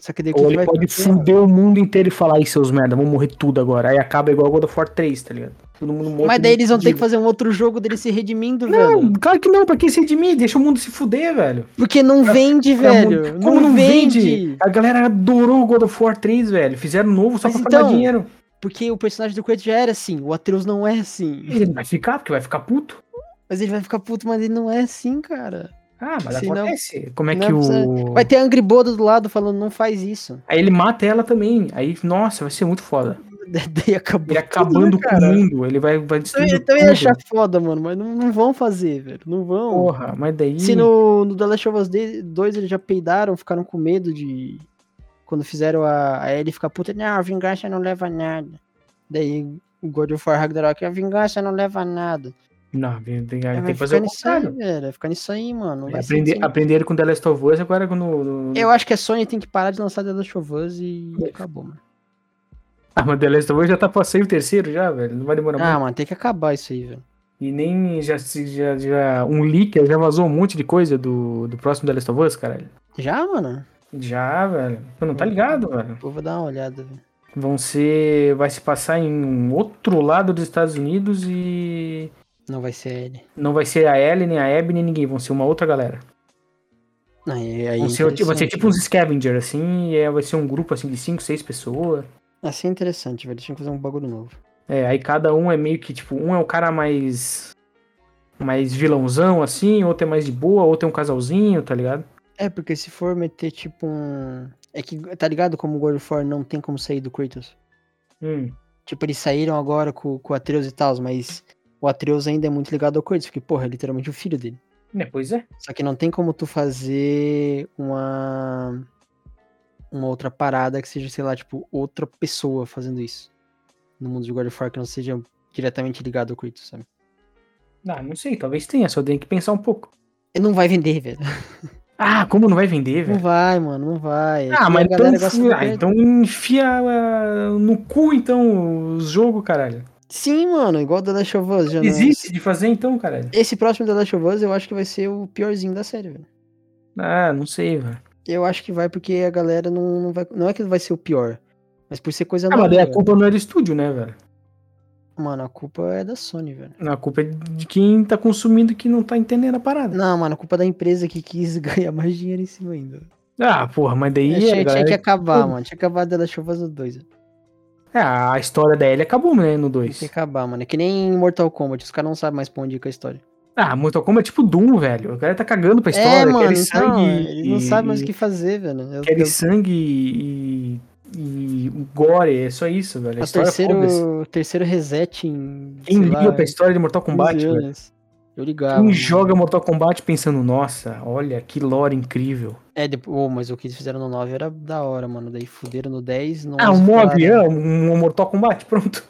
[SPEAKER 2] Só que daí
[SPEAKER 1] Ou
[SPEAKER 2] quem
[SPEAKER 1] ele
[SPEAKER 2] vai
[SPEAKER 1] pode
[SPEAKER 2] ter-
[SPEAKER 1] fuder um o mundo inteiro e falar, aí seus merda, vão morrer tudo agora. Aí acaba igual God of War 3, tá ligado? Todo mundo morre.
[SPEAKER 2] Mas daí eles vão ter que fazer um outro jogo dele se redimindo, velho.
[SPEAKER 1] Não, claro que não, pra que se redimir? Deixa o mundo se fuder, velho.
[SPEAKER 2] Porque não vende,
[SPEAKER 1] Pra
[SPEAKER 2] velho.
[SPEAKER 1] mu- Como
[SPEAKER 2] não vende.
[SPEAKER 1] A galera adorou o God of War 3, velho. Fizeram novo só
[SPEAKER 2] Mas
[SPEAKER 1] pra pagar
[SPEAKER 2] então-
[SPEAKER 1] dinheiro.
[SPEAKER 2] Porque o personagem do Kratos já era assim, o Atreus não é assim.
[SPEAKER 1] Ele vai ficar, porque vai ficar puto.
[SPEAKER 2] Mas ele vai ficar puto, mas ele não é assim, cara.
[SPEAKER 1] Ah, mas
[SPEAKER 2] Sim, não.
[SPEAKER 1] acontece. Como é
[SPEAKER 2] Não
[SPEAKER 1] que o.
[SPEAKER 2] precisa- Vai ter Angry Boda do lado falando, não faz isso.
[SPEAKER 1] Aí ele mata ela também. Aí, nossa, vai ser muito foda.
[SPEAKER 2] Daí acabou.
[SPEAKER 1] Ele
[SPEAKER 2] tudo,
[SPEAKER 1] acabando
[SPEAKER 2] né,
[SPEAKER 1] com o mundo, ele vai, vai
[SPEAKER 2] Eu
[SPEAKER 1] destruir.
[SPEAKER 2] ia- Então eu ia
[SPEAKER 1] tudo.
[SPEAKER 2] achar foda, mano, mas não, não vão fazer, velho. Não vão.
[SPEAKER 1] Porra, mas daí.
[SPEAKER 2] Se no, no The Last of Us 2 eles já peidaram, ficaram com medo de. Quando fizeram a, a Ellie ficar puta, não, a vingança não leva a nada. Daí o God of War Ragnarok, a vingança não leva a nada.
[SPEAKER 1] Não, tem, tem-
[SPEAKER 2] Aí
[SPEAKER 1] tem
[SPEAKER 2] vai
[SPEAKER 1] que fazer
[SPEAKER 2] ficar
[SPEAKER 1] o
[SPEAKER 2] nisso aí,
[SPEAKER 1] contrário.
[SPEAKER 2] velho. Vai ficar nisso aí, mano. Não vai ser
[SPEAKER 1] Aprender,
[SPEAKER 2] isso aí.
[SPEAKER 1] aprenderam com The Last of Us, agora quando.
[SPEAKER 2] Eu acho que a Sony tem que parar de lançar The Last of Us e acabou, mano.
[SPEAKER 1] Ah, mas The Last of Us já tá passando o terceiro já, velho. Não vai demorar
[SPEAKER 2] Ah,
[SPEAKER 1] muito.
[SPEAKER 2] mano, tem que acabar isso aí, velho.
[SPEAKER 1] E nem já, se- já, já. Um leak já vazou um monte de coisa do, do próximo The Last of Us, caralho.
[SPEAKER 2] Já, mano?
[SPEAKER 1] Já, velho. Tu não tá ligado, velho.
[SPEAKER 2] Eu vou dar uma olhada, velho.
[SPEAKER 1] Vão ser. Vai se passar em um outro lado dos Estados Unidos e.
[SPEAKER 2] Não vai ser ele.
[SPEAKER 1] Não vai ser a Ellie, nem a Abby, nem ninguém. Vão ser uma outra galera.
[SPEAKER 2] Aí, aí
[SPEAKER 1] Vão
[SPEAKER 2] é
[SPEAKER 1] ser, vai ser
[SPEAKER 2] interessante,
[SPEAKER 1] tipo uns scavenger, assim. E é- vai ser um grupo, assim, de 5, 6 pessoas.
[SPEAKER 2] Assim é interessante, velho. Tinha que fazer um bagulho novo.
[SPEAKER 1] É, aí cada um é meio que, tipo, um é o cara mais. mais vilãozão, assim, outro é mais de boa, outro é um casalzinho, tá ligado?
[SPEAKER 2] É, porque se for meter tipo um. É que, tá ligado como o God of War não tem como sair do Kratos?
[SPEAKER 1] Hum.
[SPEAKER 2] Tipo, eles saíram agora com, com o Atreus e tal, mas o Atreus ainda é muito ligado ao Kratos, porque, porra, é literalmente o filho dele.
[SPEAKER 1] É, pois é.
[SPEAKER 2] Só que não tem como tu fazer uma. Uma outra parada que seja, sei lá, tipo, outra pessoa fazendo isso. No mundo de God of War que não seja diretamente ligado ao Kratos, sabe?
[SPEAKER 1] Ah, não sei, talvez tenha, só tem que pensar um pouco.
[SPEAKER 2] E não vai vender, velho.
[SPEAKER 1] Ah, como não vai vender,
[SPEAKER 2] Não
[SPEAKER 1] velho?
[SPEAKER 2] vai, mano, não vai. Aqui
[SPEAKER 1] Ah, mas
[SPEAKER 2] a
[SPEAKER 1] então,
[SPEAKER 2] galera gosta do
[SPEAKER 1] ah,
[SPEAKER 2] Kratos.
[SPEAKER 1] então enfia ah, no cu, então, os jogos, caralho.
[SPEAKER 2] Sim, mano, igual o The Last of Us. Já não- é
[SPEAKER 1] Existe de fazer, então, caralho?
[SPEAKER 2] Esse próximo The Last of Us eu acho que vai ser o piorzinho da série, velho.
[SPEAKER 1] Ah, não sei, velho.
[SPEAKER 2] Eu acho que vai porque a galera não, não vai. Não é que vai ser o pior, mas por ser coisa
[SPEAKER 1] Ah,
[SPEAKER 2] nova.
[SPEAKER 1] mas daí a
[SPEAKER 2] velho.
[SPEAKER 1] culpa não é do estúdio, né, velho?
[SPEAKER 2] Mano, a culpa é da Sony, velho.
[SPEAKER 1] A culpa é de quem tá consumindo que não tá entendendo a parada.
[SPEAKER 2] Não, mano, a culpa é da empresa que quis ganhar mais dinheiro em cima ainda. É,
[SPEAKER 1] Ah, porra, mas daí.
[SPEAKER 2] tinha,
[SPEAKER 1] a,
[SPEAKER 2] tinha
[SPEAKER 1] galera-
[SPEAKER 2] que acabar,
[SPEAKER 1] Pô.
[SPEAKER 2] mano. Tinha que acabar The Last of Us no 2. velho.
[SPEAKER 1] É, a história da Ellie acabou, né, no
[SPEAKER 2] Tinha que
[SPEAKER 1] 2.
[SPEAKER 2] acabar, mano. É que nem Mortal Kombat, os caras não sabem mais pra onde ir com a história.
[SPEAKER 1] Ah, Mortal Kombat é tipo Doom, velho. O cara tá cagando pra história.
[SPEAKER 2] é,
[SPEAKER 1] quer
[SPEAKER 2] mano, então,
[SPEAKER 1] sangue
[SPEAKER 2] eles não
[SPEAKER 1] e-
[SPEAKER 2] sabem mais o que fazer, velho. Eu-
[SPEAKER 1] Quer
[SPEAKER 2] eu-
[SPEAKER 1] sangue e, e gore, é só isso, velho. A
[SPEAKER 2] é o
[SPEAKER 1] história foda-se.
[SPEAKER 2] terceiro, terceiro reset em.
[SPEAKER 1] Quem
[SPEAKER 2] sei lá,
[SPEAKER 1] liga pra história de Mortal
[SPEAKER 2] 15
[SPEAKER 1] Kombat, velho?
[SPEAKER 2] anos. Eu ligava.
[SPEAKER 1] Quem
[SPEAKER 2] mano.
[SPEAKER 1] joga Mortal Kombat pensando, nossa, olha que lore incrível.
[SPEAKER 2] É, depois, Ô, mas o que eles fizeram no 9 era da hora, mano. Daí fuderam no 10, no
[SPEAKER 1] Ah,
[SPEAKER 2] 11
[SPEAKER 1] um mó
[SPEAKER 2] falaram-
[SPEAKER 1] avião, um Mortal Kombat, pronto.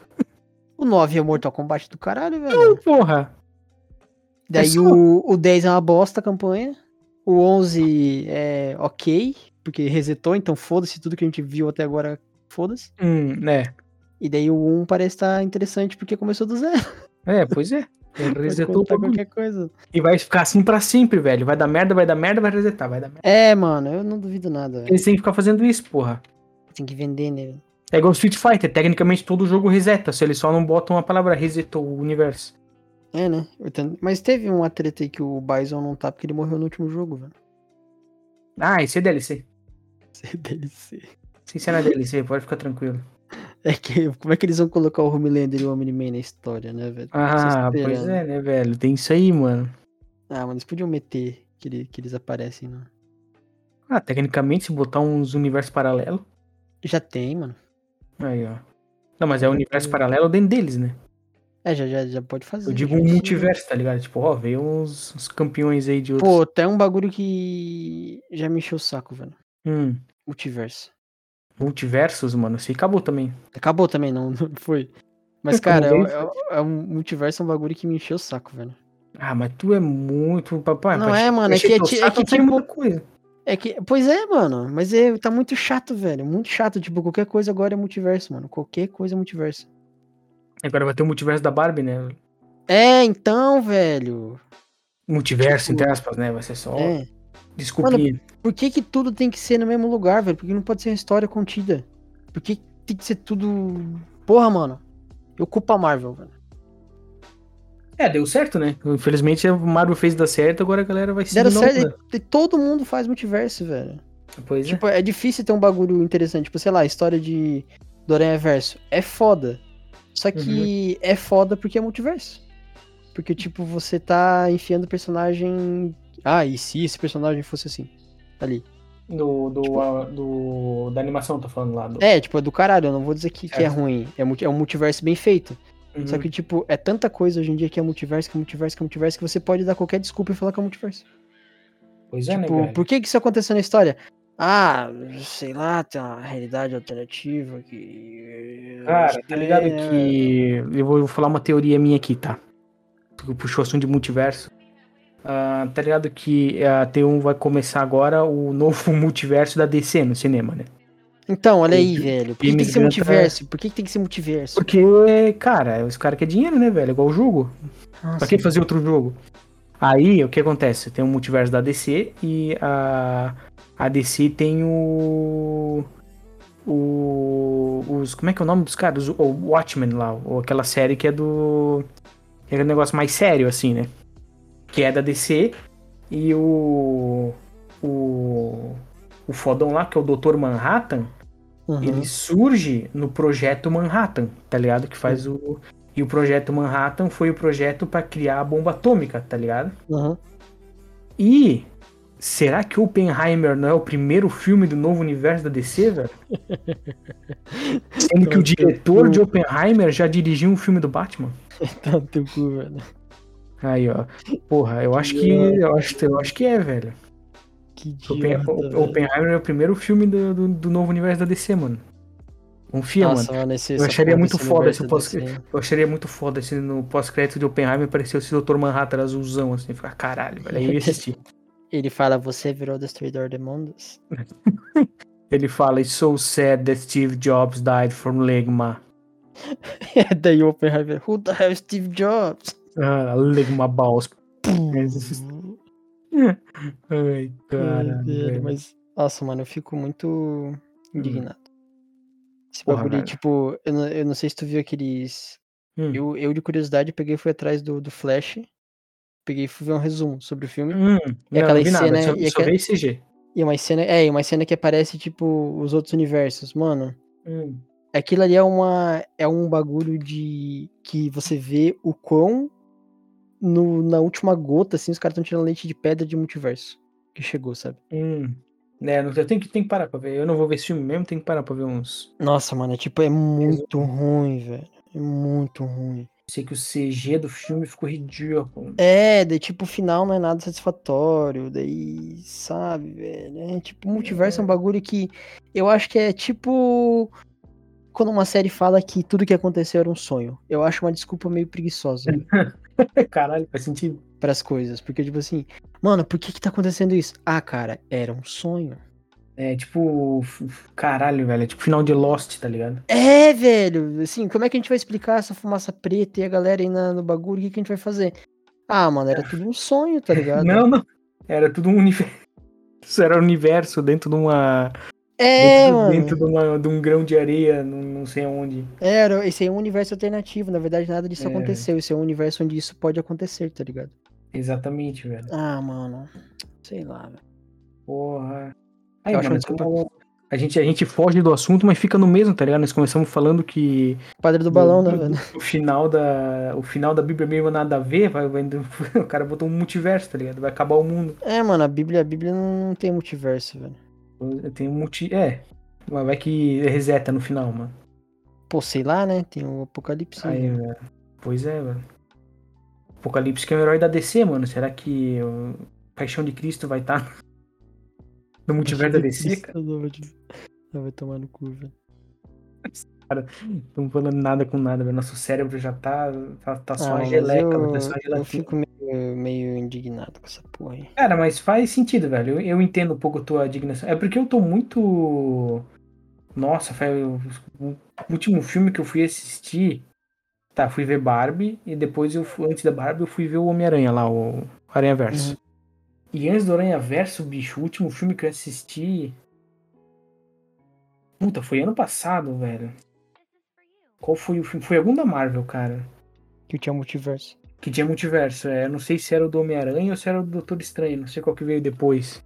[SPEAKER 2] O 9 é o Mortal Kombat do caralho, velho.
[SPEAKER 1] Porra.
[SPEAKER 2] Daí
[SPEAKER 1] é só-
[SPEAKER 2] o, o 10 é uma bosta a campanha. O 11 é ok, porque resetou, então foda-se tudo que a gente viu até agora, foda-se.
[SPEAKER 1] Hum, né?
[SPEAKER 2] E daí o 1 parece estar interessante porque começou do zero.
[SPEAKER 1] É, pois é.
[SPEAKER 2] Pode
[SPEAKER 1] Resetou o
[SPEAKER 2] contar
[SPEAKER 1] bagulho.
[SPEAKER 2] qualquer coisa.
[SPEAKER 1] E vai ficar assim pra sempre, velho. Vai dar merda, vai dar merda, vai resetar, vai dar merda.
[SPEAKER 2] É, mano, eu não duvido nada, velho.
[SPEAKER 1] Eles têm que ficar fazendo isso, porra.
[SPEAKER 2] Tem que vender né? nele.
[SPEAKER 1] É igual Street Fighter, tecnicamente todo jogo reseta, se eles só não botam a palavra resetou o universo.
[SPEAKER 2] É, né? Eu tento- Mas teve uma treta aí que o Bison não tá porque ele morreu no último jogo, velho.
[SPEAKER 1] Ah, esse é DLC.
[SPEAKER 2] é DLC.
[SPEAKER 1] Sem ser na DLC, pode ficar tranquilo.
[SPEAKER 2] É que, como é que eles vão colocar o Homelander e o Omni-Man na história, né, velho? Tô
[SPEAKER 1] Ah,
[SPEAKER 2] esperando.
[SPEAKER 1] pois é, né, velho? Tem isso aí, mano.
[SPEAKER 2] Ah, mano, eles podiam meter que, ele- que eles aparecem, né?
[SPEAKER 1] Ah, tecnicamente, se botar uns universos paralelos.
[SPEAKER 2] Já tem, mano.
[SPEAKER 1] Aí, ó. Não, mas é o
[SPEAKER 2] Hum.
[SPEAKER 1] universo paralelo dentro deles, né?
[SPEAKER 2] É, já, já, já pode fazer.
[SPEAKER 1] Eu digo
[SPEAKER 2] já
[SPEAKER 1] um
[SPEAKER 2] tinha.
[SPEAKER 1] multiverso, tá ligado? Tipo, ó, veio uns, uns campeões aí de outros.
[SPEAKER 2] Pô, até um bagulho que já me encheu o saco, velho.
[SPEAKER 1] Hum,
[SPEAKER 2] Multiverso.
[SPEAKER 1] multiversos, mano. Isso aí acabou também.
[SPEAKER 2] Acabou também, não, não foi. Mas,
[SPEAKER 1] Acabou
[SPEAKER 2] cara, é,
[SPEAKER 1] bem,
[SPEAKER 2] é- é um multiverso é um bagulho que me encheu o saco, velho.
[SPEAKER 1] Ah, mas tu é muito. Papai,
[SPEAKER 2] Não
[SPEAKER 1] pra-
[SPEAKER 2] é, mano,
[SPEAKER 1] pra
[SPEAKER 2] é que-
[SPEAKER 1] encher
[SPEAKER 2] é
[SPEAKER 1] teu
[SPEAKER 2] que- é
[SPEAKER 1] saco
[SPEAKER 2] que,
[SPEAKER 1] tem
[SPEAKER 2] tipo,
[SPEAKER 1] muita coisa.
[SPEAKER 2] É que, pois é, mano, mas é, tá muito chato, velho. Muito chato. Tipo, qualquer coisa agora é multiverso, mano. Qualquer coisa é multiverso.
[SPEAKER 1] Agora vai ter o multiverso da Barbie, né?
[SPEAKER 2] É, então, velho.
[SPEAKER 1] Multiverso,
[SPEAKER 2] Tipo,
[SPEAKER 1] entre aspas, né? Vai ser só.
[SPEAKER 2] É.
[SPEAKER 1] Desculpinha.
[SPEAKER 2] Por que que tudo tem que ser no mesmo lugar, velho? Por que não pode ser uma história contida? Por que que tem que ser tudo... Porra, mano. Eu culpo a Marvel, velho.
[SPEAKER 1] É, deu certo, né? Infelizmente a Marvel fez dar certo, agora a galera vai se
[SPEAKER 2] Deram
[SPEAKER 1] inovar.
[SPEAKER 2] certo, e- e todo mundo faz multiverso, velho.
[SPEAKER 1] Pois é.
[SPEAKER 2] Tipo, é difícil ter um bagulho interessante. Tipo, sei lá, a história de do Aranha Verso é foda. Só que é foda porque é multiverso. Porque, tipo, você tá enfiando o personagem. Ah, e se esse personagem fosse assim? Ali.
[SPEAKER 1] Do, do,
[SPEAKER 2] Tipo-
[SPEAKER 1] a- do- da animação, tá falando lá. do-
[SPEAKER 2] É, tipo, é do caralho. Eu não vou dizer que, que é
[SPEAKER 1] Certo.
[SPEAKER 2] ruim. É, multi- é um multiverso bem feito.
[SPEAKER 1] Uhum.
[SPEAKER 2] Só que, tipo, é tanta coisa hoje em dia que é multiverso, que é multiverso, que é multiverso, que você pode dar qualquer desculpa e falar que é multiverso.
[SPEAKER 1] Pois é, né,
[SPEAKER 2] Tipo,
[SPEAKER 1] velho?
[SPEAKER 2] por que que isso aconteceu na história? Ah, sei lá, tem uma realidade alternativa que. é.
[SPEAKER 1] Cara, tá ligado que. Eu vou falar uma teoria minha aqui, tá? Tu puxou o assunto de multiverso. Ah, tá ligado que a T1 vai começar agora o novo multiverso da DC no cinema, né?
[SPEAKER 2] Então, olha aí,
[SPEAKER 1] James
[SPEAKER 2] velho. Por que, que tem que ser
[SPEAKER 1] Gunn tá-
[SPEAKER 2] multiverso? Por que, que tem que ser multiverso?
[SPEAKER 1] Porque, cara, os caras querem dinheiro, né, velho? É Igual o jogo.
[SPEAKER 2] Nossa,
[SPEAKER 1] Pra que fazer outro jogo? Aí, o que acontece? Tem o multiverso da DC e a, a DC tem o, o... Os, como é que é o nome dos caras? Os- O Watchmen lá, ou aquela série que é do... que É um negócio mais sério, assim, né? Que é da DC e o... O... O fodão lá, que é o Dr. Manhattan,
[SPEAKER 2] Uhum.
[SPEAKER 1] ele surge no projeto Manhattan, tá ligado? Que faz
[SPEAKER 2] Uhum.
[SPEAKER 1] o. E o projeto Manhattan foi o projeto pra criar a bomba atômica, tá ligado?
[SPEAKER 2] Uhum.
[SPEAKER 1] E será que Oppenheimer não é o primeiro filme do novo universo da DC, velho? Sendo que o diretor de Oppenheimer já dirigiu um filme do Batman.
[SPEAKER 2] Tá no teu cu, velho.
[SPEAKER 1] Aí, ó. Porra, eu acho que. Eu acho, eu acho que é, velho.
[SPEAKER 2] Que
[SPEAKER 1] Oppen-
[SPEAKER 2] idiota,
[SPEAKER 1] Oppen-
[SPEAKER 2] velho.
[SPEAKER 1] Oppenheimer é o primeiro filme do, do, do novo universo da DC, mano. Confia, mano.
[SPEAKER 2] Nossa, mano, esse,
[SPEAKER 1] Eu
[SPEAKER 2] essa
[SPEAKER 1] acharia
[SPEAKER 2] porra
[SPEAKER 1] muito
[SPEAKER 2] desse
[SPEAKER 1] foda se eu
[SPEAKER 2] universo
[SPEAKER 1] fosse-
[SPEAKER 2] desse-
[SPEAKER 1] Eu acharia muito foda se no pós-crédito de Oppenheimer apareceu esse Dr. Manhattan azulzão, assim, ficar caralho, velho. Aí eu ia assistir.
[SPEAKER 2] Ele fala, você virou o Destruidor de Mundos?
[SPEAKER 1] Ele fala, It's so sad that Steve Jobs died from Legma.
[SPEAKER 2] Daí o Oppenheimer, who the hell is Steve Jobs?
[SPEAKER 1] Ah, Legma balls. Ai,
[SPEAKER 2] Ai, velho,
[SPEAKER 1] caralho. velho.
[SPEAKER 2] mas, nossa, mano, eu fico muito indignado. Esse
[SPEAKER 1] Porra,
[SPEAKER 2] bagulho, aí,
[SPEAKER 1] velho.
[SPEAKER 2] tipo, eu não, eu não sei se tu viu aqueles.
[SPEAKER 1] Hum.
[SPEAKER 2] Eu, eu, de curiosidade, peguei e fui atrás do, do Flash. Peguei e fui ver um resumo sobre o filme.
[SPEAKER 1] Hum, não,
[SPEAKER 2] É aquela
[SPEAKER 1] não vi nada,
[SPEAKER 2] cena-
[SPEAKER 1] só,
[SPEAKER 2] e
[SPEAKER 1] só
[SPEAKER 2] aquela-
[SPEAKER 1] veio CG.
[SPEAKER 2] E uma cena. É, e uma cena que aparece, tipo, os outros universos. Mano,
[SPEAKER 1] Hum,
[SPEAKER 2] aquilo ali é uma. É um bagulho de. Que você vê o quão. No, na última gota, assim, os caras estão tirando leite de pedra de multiverso. Que chegou, sabe?
[SPEAKER 1] hum. É, não- eu tenho que, tenho que parar pra ver. Eu não vou ver esse filme mesmo, tenho que parar pra ver uns.
[SPEAKER 2] Nossa, mano, é tipo, é muito ruim, velho. É muito ruim.
[SPEAKER 1] Sei que o CG do filme ficou ridículo.
[SPEAKER 2] É, daí tipo, o final não é nada satisfatório, daí, sabe, velho? É tipo, multiverso é um bagulho que eu acho que é tipo quando uma série fala que tudo que aconteceu era um sonho. Eu acho uma desculpa meio preguiçosa velho,
[SPEAKER 1] Caralho, faz sentido.
[SPEAKER 2] pras coisas, porque tipo assim, mano, por que que tá acontecendo isso? Ah, cara, era um sonho.
[SPEAKER 1] É tipo. f- f- Caralho, velho. É tipo final de Lost, tá ligado?
[SPEAKER 2] É, velho, assim, como é que a gente vai explicar essa fumaça preta e a galera aí na- no bagulho? O que, que a gente vai fazer? Ah, mano, era tudo um sonho, tá ligado?
[SPEAKER 1] Não, não. Era tudo um universo. Isso era um universo dentro de uma.
[SPEAKER 2] é,
[SPEAKER 1] dentro,
[SPEAKER 2] mano.
[SPEAKER 1] dentro de, uma- de um grão de areia, não, não sei onde.
[SPEAKER 2] Era, esse aí é um universo alternativo. Na verdade, nada disso
[SPEAKER 1] É.
[SPEAKER 2] aconteceu. Esse é um universo onde isso pode acontecer, tá ligado?
[SPEAKER 1] Exatamente, velho.
[SPEAKER 2] Ah, mano. Sei lá, velho.
[SPEAKER 1] Porra. Aí,
[SPEAKER 2] Eu acho
[SPEAKER 1] mano,
[SPEAKER 2] uma desculpa.
[SPEAKER 1] como a, gente, a gente foge do assunto, mas fica no mesmo, tá ligado? Nós começamos falando que
[SPEAKER 2] Padre do balão, né,
[SPEAKER 1] Meu
[SPEAKER 2] velho?
[SPEAKER 1] o final da, o final da Bíblia mesmo nada a ver, vai, vai- o cara botou um multiverso, tá ligado? Vai acabar o mundo.
[SPEAKER 2] É, mano, a Bíblia, a Bíblia não tem multiverso, velho.
[SPEAKER 1] Tem um multi. É. Mas vai que reseta no final, mano.
[SPEAKER 2] Pô, sei lá, né? Tem o Apocalipse.
[SPEAKER 1] Aí,
[SPEAKER 2] né?
[SPEAKER 1] velho. Pois é, velho. Apocalipse que é o herói da DC, mano. Será que o Paixão de Cristo vai estar no multiverso da DC? cara?
[SPEAKER 2] Não, vai te- não, vai tomar no cu, velho.
[SPEAKER 1] Não falando nada com nada, velho. Nosso cérebro já tá, tá, tá só
[SPEAKER 2] Ah,
[SPEAKER 1] uma
[SPEAKER 2] mas
[SPEAKER 1] geleca,
[SPEAKER 2] eu,
[SPEAKER 1] velho. tá só uma
[SPEAKER 2] eu
[SPEAKER 1] gelatina.
[SPEAKER 2] fico meio, meio indignado com essa porra aí.
[SPEAKER 1] Cara, mas faz sentido, velho. Eu, eu entendo um pouco a tua indignação. É porque eu tô muito. Nossa, foi o, o último filme que eu fui assistir. Tá, fui ver Barbie e depois eu fui, antes da Barbie eu fui ver o Homem-Aranha lá, o Aranha Verso. E antes do Aranha Verso, bicho, o último filme que eu assisti. Puta, foi ano passado, velho. Qual foi o filme? Foi algum da Marvel, cara.
[SPEAKER 2] Que tinha multiverso.
[SPEAKER 1] Que tinha multiverso, é. Eu não sei se era o do Homem-Aranha ou se era o do Doutor Estranho, não sei qual que veio depois.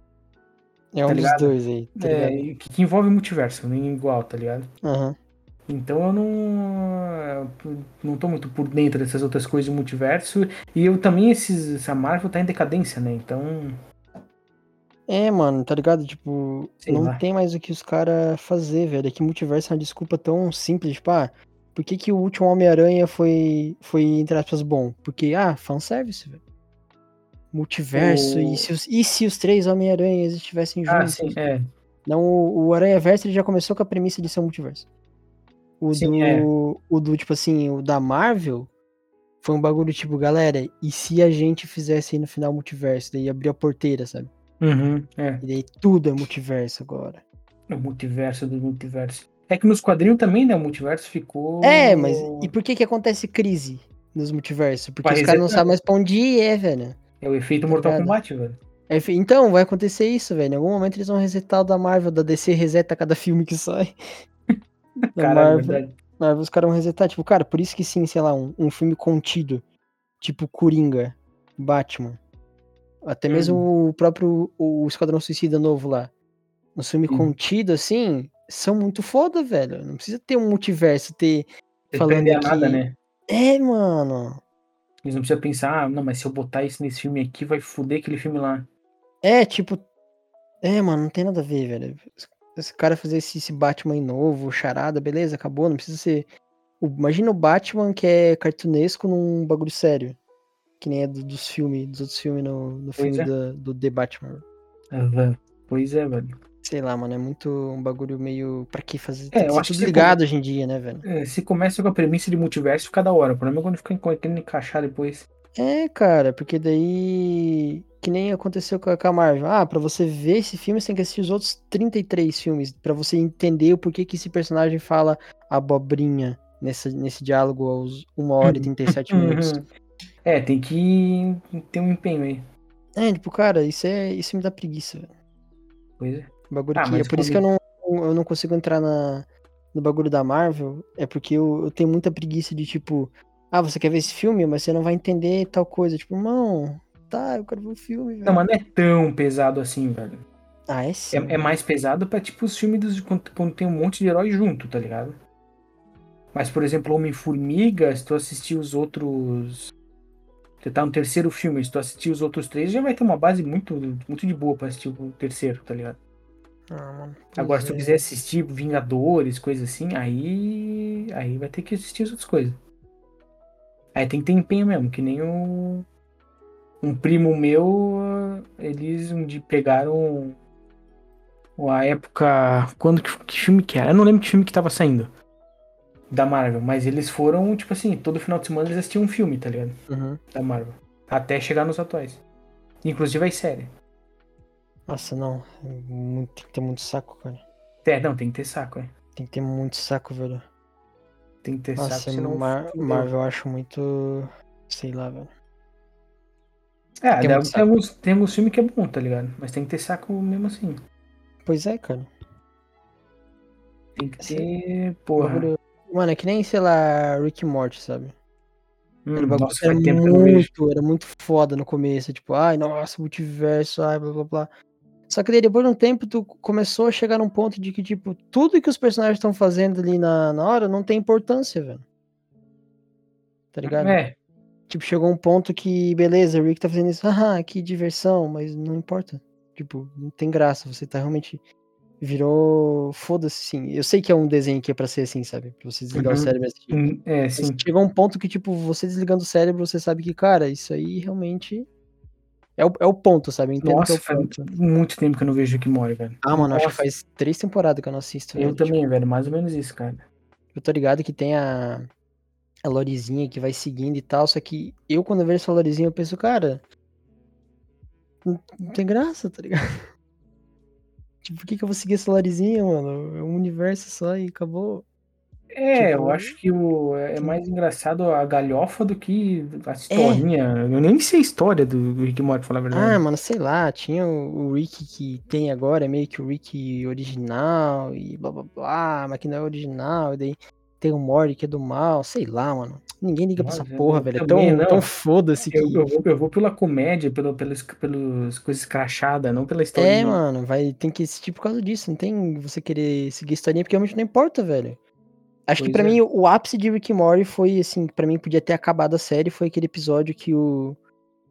[SPEAKER 2] É um
[SPEAKER 1] ligado?
[SPEAKER 2] dos dois aí. Tá
[SPEAKER 1] é,
[SPEAKER 2] ligado?
[SPEAKER 1] e que, que envolve multiverso, nem igual, tá ligado?
[SPEAKER 2] Aham.
[SPEAKER 1] Então eu não. eu Não tô muito por dentro dessas outras coisas do multiverso. E eu também, esses, essa Marvel tá em decadência, né? Então.
[SPEAKER 2] É, mano, tá ligado? Tipo,
[SPEAKER 1] Sei
[SPEAKER 2] não
[SPEAKER 1] lá.
[SPEAKER 2] tem mais o que os caras fazer, velho. É que multiverso é uma desculpa tão simples, tipo, ah, por que, que o último Homem-Aranha foi, foi, entre aspas, bom? Porque, ah, fanservice, velho. Multiverso,
[SPEAKER 1] O-
[SPEAKER 2] e, se os, e se os três Homem-Aranhas estivessem
[SPEAKER 1] Ah,
[SPEAKER 2] juntos?
[SPEAKER 1] sim, é.
[SPEAKER 2] Não, o, o Aranha Verso ele já começou com a premissa de ser um multiverso. O,
[SPEAKER 1] Sim,
[SPEAKER 2] do,
[SPEAKER 1] é.
[SPEAKER 2] o do, tipo assim, o da Marvel foi um bagulho tipo, galera, e se a gente fizesse aí no final multiverso? Daí abriu a porteira, sabe?
[SPEAKER 1] Uhum, é.
[SPEAKER 2] E daí tudo é multiverso agora.
[SPEAKER 1] O multiverso do multiverso. É que nos quadrinhos também, né? O multiverso ficou.
[SPEAKER 2] É, mas e por que que acontece crise nos multiversos? Porque
[SPEAKER 1] Vai
[SPEAKER 2] os caras não
[SPEAKER 1] resetar.
[SPEAKER 2] sabem mais pra onde ir, é, velho.
[SPEAKER 1] É o efeito Mortal
[SPEAKER 2] ligado?
[SPEAKER 1] Kombat, velho.
[SPEAKER 2] É, fi- Então, vai acontecer isso, velho. Em algum momento eles vão resetar o da Marvel, da DC reseta a cada filme que sai. Da
[SPEAKER 1] Caralho, é
[SPEAKER 2] Marvel,
[SPEAKER 1] verdade.
[SPEAKER 2] Marvel, os caras vão resetar. Tipo, cara, por isso que sim, sei lá, um, um filme contido. Tipo Coringa, Batman. Até
[SPEAKER 1] Hum.
[SPEAKER 2] mesmo o próprio o Esquadrão Suicida novo lá. Um filme
[SPEAKER 1] Sim.
[SPEAKER 2] contido, assim, são muito foda, velho. Não precisa ter um multiverso, ter.
[SPEAKER 1] Você
[SPEAKER 2] falando
[SPEAKER 1] prende a
[SPEAKER 2] que-
[SPEAKER 1] nada, né?
[SPEAKER 2] É, mano.
[SPEAKER 1] Eles não precisam pensar, ah, não, mas se eu botar isso nesse filme aqui, vai foder aquele filme lá.
[SPEAKER 2] É, tipo. É, mano, não tem nada a ver, velho. Esse- Esse cara fazer esse, esse Batman aí novo, charada, beleza, acabou, não precisa ser. o- Imagina o Batman que é cartunesco num bagulho sério. Que nem é do- dos filmes, dos outros filmes no, no filme
[SPEAKER 1] é.
[SPEAKER 2] da- do The Batman.
[SPEAKER 1] Ah, velho. Pois é, velho.
[SPEAKER 2] Sei lá, mano, é muito um bagulho meio. Pra que
[SPEAKER 1] É,
[SPEAKER 2] fazer? Tem que
[SPEAKER 1] eu
[SPEAKER 2] ser
[SPEAKER 1] acho que
[SPEAKER 2] tudo
[SPEAKER 1] se
[SPEAKER 2] ligado hoje em dia, né, velho?
[SPEAKER 1] É, se começa com a premissa de multiverso, fica da hora. O problema é quando fica enco- querendo encaixar depois.
[SPEAKER 2] É, cara, porque daí. Que nem aconteceu com a com a Marvel. Ah, pra você ver esse filme, você tem que assistir os outros 33 filmes. pra você entender o porquê que esse personagem fala abobrinha nesse, nesse diálogo aos 1 hora e 37 minutos.
[SPEAKER 1] Uhum. É, tem que ter um empenho aí.
[SPEAKER 2] É, tipo, cara, isso, é, isso me dá preguiça, velho.
[SPEAKER 1] Pois é.
[SPEAKER 2] O bagulho
[SPEAKER 1] Ah,
[SPEAKER 2] que- É
[SPEAKER 1] mas
[SPEAKER 2] por isso que eu não, eu não consigo entrar na, no bagulho da Marvel. É porque eu, eu tenho muita preguiça de tipo. Ah, você quer ver esse filme, mas você não vai entender tal coisa. Tipo, irmão, tá, eu quero ver o filme, velho.
[SPEAKER 1] Não, mas não é tão pesado assim, velho.
[SPEAKER 2] Ah, é sim.
[SPEAKER 1] É, é mais pesado pra, tipo, os filmes dos, quando, quando tem um monte de herói junto, tá ligado? Mas, por exemplo, Homem-Formiga, se tu assistir os outros. Você tá no terceiro filme, se tu assistir os outros três, já vai ter uma base muito, muito de boa pra assistir o terceiro, tá ligado?
[SPEAKER 2] Ah, mano, pois
[SPEAKER 1] Agora, se tu
[SPEAKER 2] é.
[SPEAKER 1] quiser assistir Vingadores, coisa assim, aí. Aí vai ter que assistir as outras coisas. Aí tem que ter empenho mesmo, que nem o. Um primo meu, eles um dia pegaram a época. Quando que, que filme que era? Eu não lembro que filme que tava saindo. Da Marvel, mas eles foram, tipo assim, todo final de semana eles assistiam um filme, tá ligado?
[SPEAKER 2] Uhum.
[SPEAKER 1] Da Marvel. Até chegar nos atuais. Inclusive as séries.
[SPEAKER 2] Nossa, não. É muito- Tem que ter muito saco, cara.
[SPEAKER 1] É, não, tem que ter saco, é.
[SPEAKER 2] Tem que ter muito saco, velho.
[SPEAKER 1] Tem que ter
[SPEAKER 2] Nossa, é
[SPEAKER 1] saco, senão.
[SPEAKER 2] Mar-
[SPEAKER 1] fudeu.
[SPEAKER 2] Marvel eu acho muito. Sei lá, velho.
[SPEAKER 1] É,
[SPEAKER 2] Tem
[SPEAKER 1] tem,
[SPEAKER 2] muito
[SPEAKER 1] tem,
[SPEAKER 2] saco.
[SPEAKER 1] alguns, tem alguns filmes que é bom, tá ligado? Mas tem que ter saco mesmo assim.
[SPEAKER 2] Pois é, cara.
[SPEAKER 1] Tem que
[SPEAKER 2] Sim.
[SPEAKER 1] ter. Porra.
[SPEAKER 2] Bagulho- Mano, é que nem, sei lá, Rick e Morty, sabe?
[SPEAKER 1] Hum,
[SPEAKER 2] Era, um bagulho
[SPEAKER 1] nossa,
[SPEAKER 2] que era
[SPEAKER 1] faz tempo que eu não vejo.
[SPEAKER 2] muito, era muito foda no começo, tipo, ai, nossa, multiverso, ai, blá blá blá. Só que daí, depois de um tempo, tu começou a chegar num ponto de que, tipo, tudo que os personagens estão fazendo ali na, na hora não tem importância, velho. Tá ligado?
[SPEAKER 1] É,
[SPEAKER 2] Tipo, chegou um ponto que, beleza, o Rick tá fazendo isso, ah, que diversão, mas não importa. Tipo, não tem graça, você tá realmente. Virou. Foda-se, sim. Eu sei que é um desenho que é pra ser assim, sabe? Pra você desligar o
[SPEAKER 1] Uhum.
[SPEAKER 2] cérebro e assistir.
[SPEAKER 1] hum, é,
[SPEAKER 2] Mas
[SPEAKER 1] sim.
[SPEAKER 2] chegou um ponto que, tipo, você desligando o cérebro, você sabe que, cara, isso aí realmente é o, é o ponto, sabe? Eu entendo
[SPEAKER 1] Nossa,
[SPEAKER 2] que é o
[SPEAKER 1] faz
[SPEAKER 2] ponto.
[SPEAKER 1] muito tempo que eu não vejo que morre, velho.
[SPEAKER 2] Ah, mano, acho que
[SPEAKER 1] Nossa.
[SPEAKER 2] faz três temporadas que eu não assisto.
[SPEAKER 1] Eu
[SPEAKER 2] velho.
[SPEAKER 1] também, velho. Mais ou menos isso, cara.
[SPEAKER 2] Tipo, eu tô ligado que tem a, a Lorezinha que vai seguindo e tal, só que eu, quando eu vejo essa Lorezinha, eu penso, cara, não, não tem graça, tá ligado? Tipo, por que, que eu vou seguir essa Lorezinha, mano? É um universo só e acabou.
[SPEAKER 1] É,
[SPEAKER 2] Tipo-
[SPEAKER 1] eu acho que o, é é mais engraçado a galhofa do que a historinha. Eu nem sei a história do, do Rick e Morty, pra falar a
[SPEAKER 2] É. Ah,
[SPEAKER 1] verdade.
[SPEAKER 2] mano, sei lá, tinha o, o Rick que tem agora, é meio que o Rick original e blá blá blá, mas que não é original, e daí tem o Morty que é do mal, sei lá, mano. Ninguém liga pra essa
[SPEAKER 1] Mas eu
[SPEAKER 2] porra, velho. É tão,
[SPEAKER 1] também não.
[SPEAKER 2] tão foda-se é que.
[SPEAKER 1] eu, eu vou, eu vou pela comédia, pelo, pelas, pelas coisas crachadas, não pela história.
[SPEAKER 2] É, mano, vai, tem que assistir por causa disso. Não tem você querer seguir historinha, porque realmente não importa, velho. Acho que
[SPEAKER 1] Pois
[SPEAKER 2] pra
[SPEAKER 1] é.
[SPEAKER 2] mim o ápice de Rick and Morty foi, assim, pra mim podia ter acabado a série, foi aquele episódio que o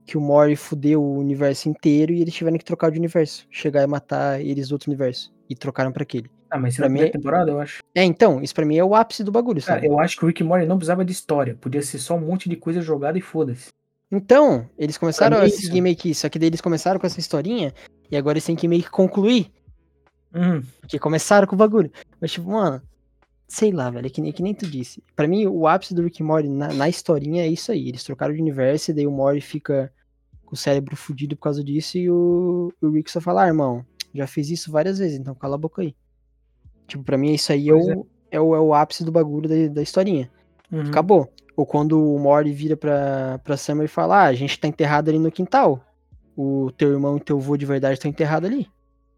[SPEAKER 2] que o Morty fudeu o universo inteiro e eles tiveram que trocar de universo, chegar e matar eles do outro universo e trocaram pra aquele.
[SPEAKER 1] Ah, mas
[SPEAKER 2] pra
[SPEAKER 1] será na primeira
[SPEAKER 2] mim-
[SPEAKER 1] temporada, eu acho.
[SPEAKER 2] É, então, isso pra mim é o ápice do bagulho,
[SPEAKER 1] Cara,
[SPEAKER 2] sabe?
[SPEAKER 1] eu acho que o Rick e Morty não precisava de história. Podia ser só um monte de coisa jogada e foda-se.
[SPEAKER 2] Então, eles começaram
[SPEAKER 1] mim
[SPEAKER 2] a
[SPEAKER 1] é
[SPEAKER 2] seguir
[SPEAKER 1] isso.
[SPEAKER 2] meio que isso, só que daí eles começaram com essa historinha e agora eles têm que meio que concluir
[SPEAKER 1] Hum,
[SPEAKER 2] Porque começaram com o bagulho. Mas, tipo, mano, sei lá, velho. É que nem, que nem tu disse. Pra mim, o ápice do Rick e Morty na, na historinha é isso aí. Eles trocaram de universo e daí o Morty fica com o cérebro fudido por causa disso. E o, o Rick só fala, ah, irmão, já fiz isso várias vezes, então cala a boca aí. Tipo, pra mim, isso aí é
[SPEAKER 1] Pois é.
[SPEAKER 2] o, é. o, é o ápice do bagulho da, da historinha.
[SPEAKER 1] uhum.
[SPEAKER 2] Acabou. Ou quando o Morty vira pra, pra Summer e fala, ah, a gente tá enterrado ali no quintal. O teu irmão e teu vô de verdade estão enterrados ali.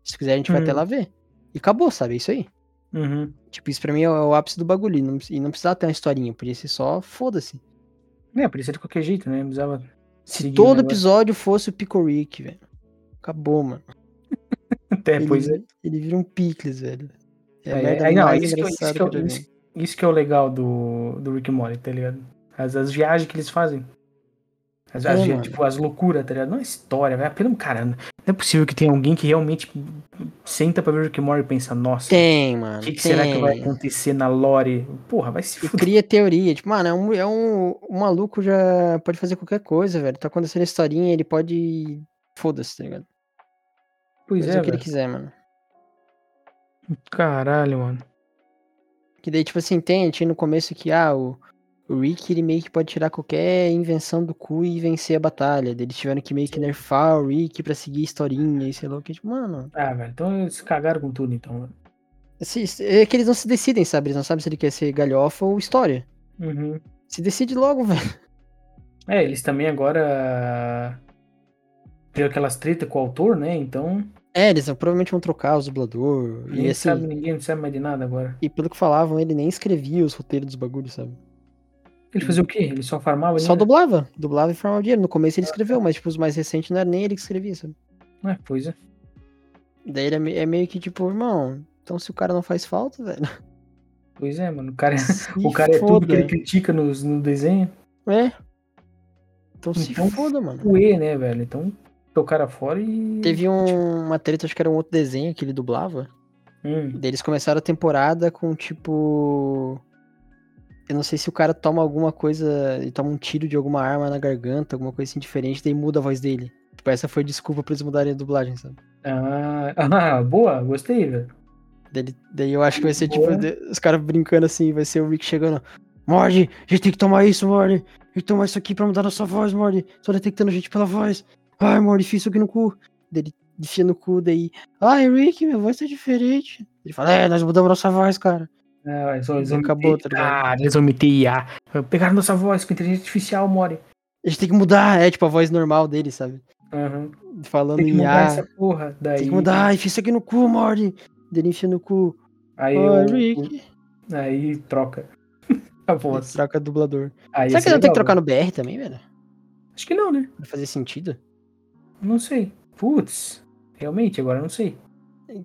[SPEAKER 2] Se quiser, a gente vai
[SPEAKER 1] Uhum.
[SPEAKER 2] até lá ver. E acabou, sabe? É isso aí.
[SPEAKER 1] Uhum.
[SPEAKER 2] Tipo, isso pra mim é o é o ápice do bagulho. E não, e não precisava ter uma historinha, podia ser só foda-se.
[SPEAKER 1] É, podia ser de qualquer jeito, né? Não Precisava
[SPEAKER 2] Se
[SPEAKER 1] seguir o
[SPEAKER 2] todo
[SPEAKER 1] negócio.
[SPEAKER 2] episódio fosse o Pico Rick, velho. Acabou, mano.
[SPEAKER 1] Até,
[SPEAKER 2] ele,
[SPEAKER 1] pois é.
[SPEAKER 2] ele vira um Picles, velho. É a
[SPEAKER 1] É,
[SPEAKER 2] merda
[SPEAKER 1] é, não,
[SPEAKER 2] mais
[SPEAKER 1] isso que eu- isso
[SPEAKER 2] engraçada
[SPEAKER 1] que eu-
[SPEAKER 2] que eu já vi.
[SPEAKER 1] isso- Isso que é o legal do, do Rick e Morty, tá ligado? As, as viagens que eles fazem. As, as
[SPEAKER 2] É,
[SPEAKER 1] vi-
[SPEAKER 2] mano.
[SPEAKER 1] tipo, as loucuras, tá ligado? Não é história, vai pelo cara. Não é possível que tenha alguém que realmente senta pra ver o Rick e Morty e pensa, nossa,
[SPEAKER 2] Tem, mano.
[SPEAKER 1] o que, que será que vai
[SPEAKER 2] tem.
[SPEAKER 1] acontecer na lore? Porra, vai se
[SPEAKER 2] E
[SPEAKER 1] fuder.
[SPEAKER 2] cria teoria. Tipo, mano, é um, é um, um maluco já pode fazer qualquer coisa, velho. Tá acontecendo historinha, ele pode. Foda-se, tá ligado?
[SPEAKER 1] Pois
[SPEAKER 2] Fazer
[SPEAKER 1] é,
[SPEAKER 2] o que ele
[SPEAKER 1] velho.
[SPEAKER 2] quiser, mano.
[SPEAKER 1] Caralho, mano.
[SPEAKER 2] Que daí, tipo assim, tem, tinha no começo que, ah, o, o Rick, ele meio que pode tirar qualquer invenção do cu e vencer a batalha. Daí Eles tiveram que meio que nerfar o Rick pra seguir a historinha e sei lá o que. Tipo, mano,
[SPEAKER 1] Ah, velho, então eles cagaram com tudo, então. mano.
[SPEAKER 2] assim, é que eles não se decidem, sabe? Eles não sabem se ele quer ser galhofa ou história.
[SPEAKER 1] Uhum.
[SPEAKER 2] Se decide logo, velho.
[SPEAKER 1] É, eles também agora. Teve aquelas treta com o autor, né? Então.
[SPEAKER 2] É, eles provavelmente vão trocar os dublador.
[SPEAKER 1] Ninguém,
[SPEAKER 2] E assim,
[SPEAKER 1] sabe, ninguém não sabe mais de nada agora.
[SPEAKER 2] e pelo que falavam, ele nem escrevia os roteiros dos bagulhos, sabe?
[SPEAKER 1] Ele fazia o quê? Ele só farmava?
[SPEAKER 2] Só
[SPEAKER 1] né?
[SPEAKER 2] dublava. Dublava e formava dinheiro. No começo ele escreveu, mas tipo, os mais recentes não era nem ele que escrevia, sabe?
[SPEAKER 1] É, pois é.
[SPEAKER 2] Daí ele é me- é meio que tipo, irmão, então se o cara não faz falta, velho.
[SPEAKER 1] Pois é, mano. O cara,
[SPEAKER 2] Se
[SPEAKER 1] o cara é tudo
[SPEAKER 2] foda.
[SPEAKER 1] que ele critica nos, no desenho.
[SPEAKER 2] É. Então se
[SPEAKER 1] Então,
[SPEAKER 2] foda, mano.
[SPEAKER 1] O E, né, velho? Então, o cara fora e.
[SPEAKER 2] Teve um- uma treta, acho que era um outro desenho que ele dublava.
[SPEAKER 1] Hum,
[SPEAKER 2] Daí eles começaram a temporada com tipo. Eu não sei se o cara toma alguma coisa. Ele toma um tiro de alguma arma na garganta, alguma coisa assim diferente, daí muda a voz dele. Tipo, essa foi desculpa pra eles mudarem a dublagem, sabe?
[SPEAKER 1] Ah, ah, boa, gostei, velho.
[SPEAKER 2] Daí, daí eu acho que vai ser tipo,
[SPEAKER 1] Boa.
[SPEAKER 2] de- os caras brincando assim, vai ser o Rick chegando. Morde, a gente tem que tomar isso, Morde. A gente tomar isso aqui pra mudar nossa voz, Morde. Tô detectando a gente pela voz. Ai, Morde, enfia isso aqui no cu. Daí ele enfia no cu, daí. Ai, Rick, minha voz tá diferente. Ele fala, é, nós mudamos nossa voz, cara.
[SPEAKER 1] Ah, eles vão, eles vão
[SPEAKER 2] Acabou,
[SPEAKER 1] meter-
[SPEAKER 2] tá ligado?
[SPEAKER 1] Ah, eles vão meter IA. Pegaram nossa voz com inteligência artificial, Mori.
[SPEAKER 2] A gente tem que mudar, é tipo a voz normal dele, sabe?
[SPEAKER 1] Aham.
[SPEAKER 2] Falando
[SPEAKER 1] Tem que
[SPEAKER 2] em
[SPEAKER 1] mudar
[SPEAKER 2] ah,
[SPEAKER 1] essa porra. Daí,
[SPEAKER 2] tem que mudar, enfia isso aqui no cu, Morde. Daí ele enfia no cu.
[SPEAKER 1] Aí,
[SPEAKER 2] Ai,
[SPEAKER 1] eu-
[SPEAKER 2] Rick.
[SPEAKER 1] aí troca. A voz.
[SPEAKER 2] Ele troca dublador.
[SPEAKER 1] Aí
[SPEAKER 2] Será
[SPEAKER 1] ia
[SPEAKER 2] que
[SPEAKER 1] ser
[SPEAKER 2] ele não tem que
[SPEAKER 1] legal, né?
[SPEAKER 2] trocar no BR também, velho?
[SPEAKER 1] velho. Acho que não, né?
[SPEAKER 2] Pra fazer sentido?
[SPEAKER 1] Não sei. Putz, realmente, agora eu não sei.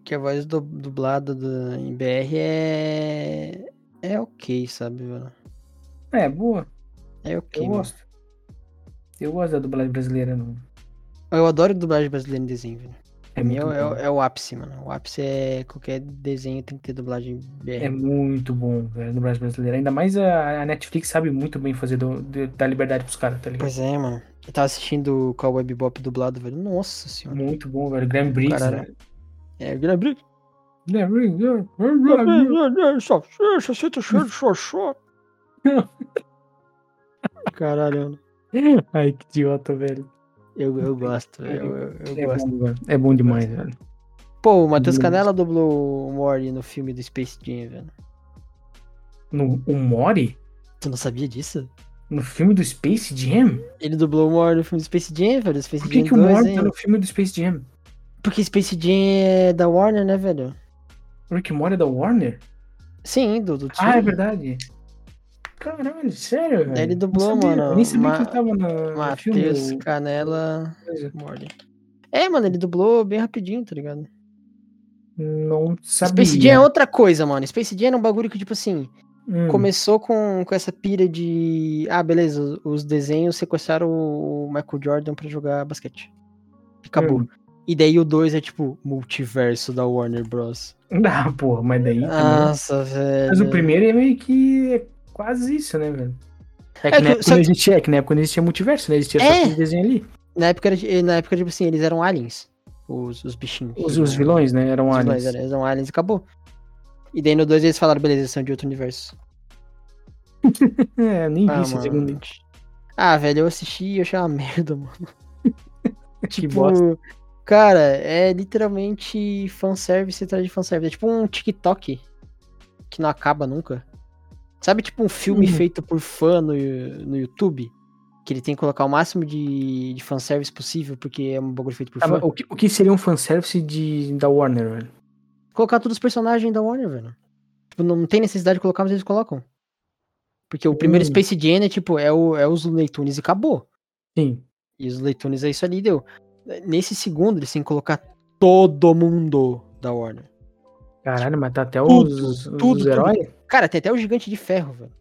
[SPEAKER 2] que a voz do- dublada do, em BR é. É ok, sabe, mano?
[SPEAKER 1] É, boa.
[SPEAKER 2] É
[SPEAKER 1] Eu
[SPEAKER 2] ok. mano.
[SPEAKER 1] gosto. Eu gosto da dublagem brasileira. Não.
[SPEAKER 2] Eu adoro dublagem brasileira em desenho, velho. Pra mim é,
[SPEAKER 1] muito
[SPEAKER 2] o- é
[SPEAKER 1] bom.
[SPEAKER 2] o- é o ápice, mano. O ápice é qualquer desenho tem que ter dublagem BR.
[SPEAKER 1] É muito bom, velho, do Brasil brasileiro. Ainda mais a, a Netflix sabe muito bem fazer do, de- dar liberdade pros caras, tá ligado?
[SPEAKER 2] Pois é, mano. Eu tava assistindo o Cowboy Bebop dublado, velho. Nossa senhora.
[SPEAKER 1] Muito bom, velho. Graham Briggs,
[SPEAKER 2] é. Caralho.
[SPEAKER 1] velho.
[SPEAKER 2] É, eu abri-
[SPEAKER 1] Graham Briggs, velho.
[SPEAKER 2] Só- só sinto cheiro de xoxó. Caralho, mano.
[SPEAKER 1] Ai, que idiota, velho.
[SPEAKER 2] Eu, eu gosto, velho. Eu, eu- eu
[SPEAKER 1] É
[SPEAKER 2] gosto.
[SPEAKER 1] bom, velho. É bom demais, velho.
[SPEAKER 2] Pô, o Matheus
[SPEAKER 1] Muito.
[SPEAKER 2] Canella dublou o Morty no filme do Space Jam, velho.
[SPEAKER 1] no o Mori?
[SPEAKER 2] Tu não sabia disso?
[SPEAKER 1] No filme do Space Jam?
[SPEAKER 2] Ele dublou o Mori no filme do Space Jam, velho. Space
[SPEAKER 1] Por que,
[SPEAKER 2] Jam
[SPEAKER 1] que o
[SPEAKER 2] 2,
[SPEAKER 1] Mori
[SPEAKER 2] hein?
[SPEAKER 1] tá no filme do Space Jam?
[SPEAKER 2] Porque Space Jam é da Warner, né, velho?
[SPEAKER 1] Rick e Morty é da Warner?
[SPEAKER 2] Sim, do, do
[SPEAKER 1] Ah, é
[SPEAKER 2] Tsuru.
[SPEAKER 1] verdade. Caralho, sério, velho.
[SPEAKER 2] Daí ele dublou,
[SPEAKER 1] Não sabia,
[SPEAKER 2] mano,
[SPEAKER 1] eu Nem sabia
[SPEAKER 2] Ma-
[SPEAKER 1] que ele tava na- no é filme. tipo
[SPEAKER 2] Matheus Canela
[SPEAKER 1] coisa.
[SPEAKER 2] Mori. É, mano, ele dublou bem rapidinho, tá ligado?
[SPEAKER 1] Não sabia.
[SPEAKER 2] Space Jam é outra coisa, mano. Space Jam é um bagulho que, tipo assim,
[SPEAKER 1] Hum.
[SPEAKER 2] começou com, com essa pira de. Ah, beleza, os- os desenhos sequestraram o Michael Jordan pra jogar basquete. Acabou.
[SPEAKER 1] Hum.
[SPEAKER 2] E daí o 2 é tipo multiverso da Warner Bros.
[SPEAKER 1] Ah, porra, mas daí. também-
[SPEAKER 2] Nossa, velho.
[SPEAKER 1] Mas o primeiro é meio que é quase isso, né, velho? É que,
[SPEAKER 2] É
[SPEAKER 1] na
[SPEAKER 2] que-
[SPEAKER 1] época
[SPEAKER 2] só
[SPEAKER 1] não
[SPEAKER 2] que-
[SPEAKER 1] existia, é que na época não existia multiverso, né? Existia só
[SPEAKER 2] É.
[SPEAKER 1] aquele desenho ali.
[SPEAKER 2] Na época, era de- na época, tipo assim, eles eram aliens. Os, os bichinhos.
[SPEAKER 1] Os, os vilões, né? Eram
[SPEAKER 2] Os
[SPEAKER 1] aliens.
[SPEAKER 2] vilões, eles eram aliens e acabou. E daí no 2 eles falaram, beleza, eles são de outro universo.
[SPEAKER 1] É, eu nem vi
[SPEAKER 2] Ah,
[SPEAKER 1] esse
[SPEAKER 2] mano.
[SPEAKER 1] segundo. aí.
[SPEAKER 2] Ah, velho, eu assisti e eu achei uma merda, mano.
[SPEAKER 1] Que
[SPEAKER 2] Tipo,
[SPEAKER 1] bosta.
[SPEAKER 2] Cara, é literalmente fanservice atrás de fanservice. É tipo um TikTok que não acaba nunca. Sabe, tipo um filme
[SPEAKER 1] Uhum.
[SPEAKER 2] feito por fã no, no YouTube? Que ele tem que colocar o máximo de, de fanservice possível, porque é um bagulho feito por
[SPEAKER 1] Ah,
[SPEAKER 2] fã.
[SPEAKER 1] mas o, que, o que seria um fanservice de, da Warner, velho?
[SPEAKER 2] Colocar todos os personagens da Warner, velho. Tipo, não tem necessidade de colocar, mas eles colocam. Porque o primeiro
[SPEAKER 1] Hum.
[SPEAKER 2] Space Jam é tipo, é, o, é os Looney Tunes e acabou.
[SPEAKER 1] Sim.
[SPEAKER 2] E os Looney Tunes é isso ali, deu. Nesse segundo, eles têm que colocar todo mundo da Warner.
[SPEAKER 1] Caralho, mas tá até
[SPEAKER 2] Tudo,
[SPEAKER 1] os, os
[SPEAKER 2] tudo,
[SPEAKER 1] heróis.
[SPEAKER 2] Cara, tem até o Gigante de Ferro, velho.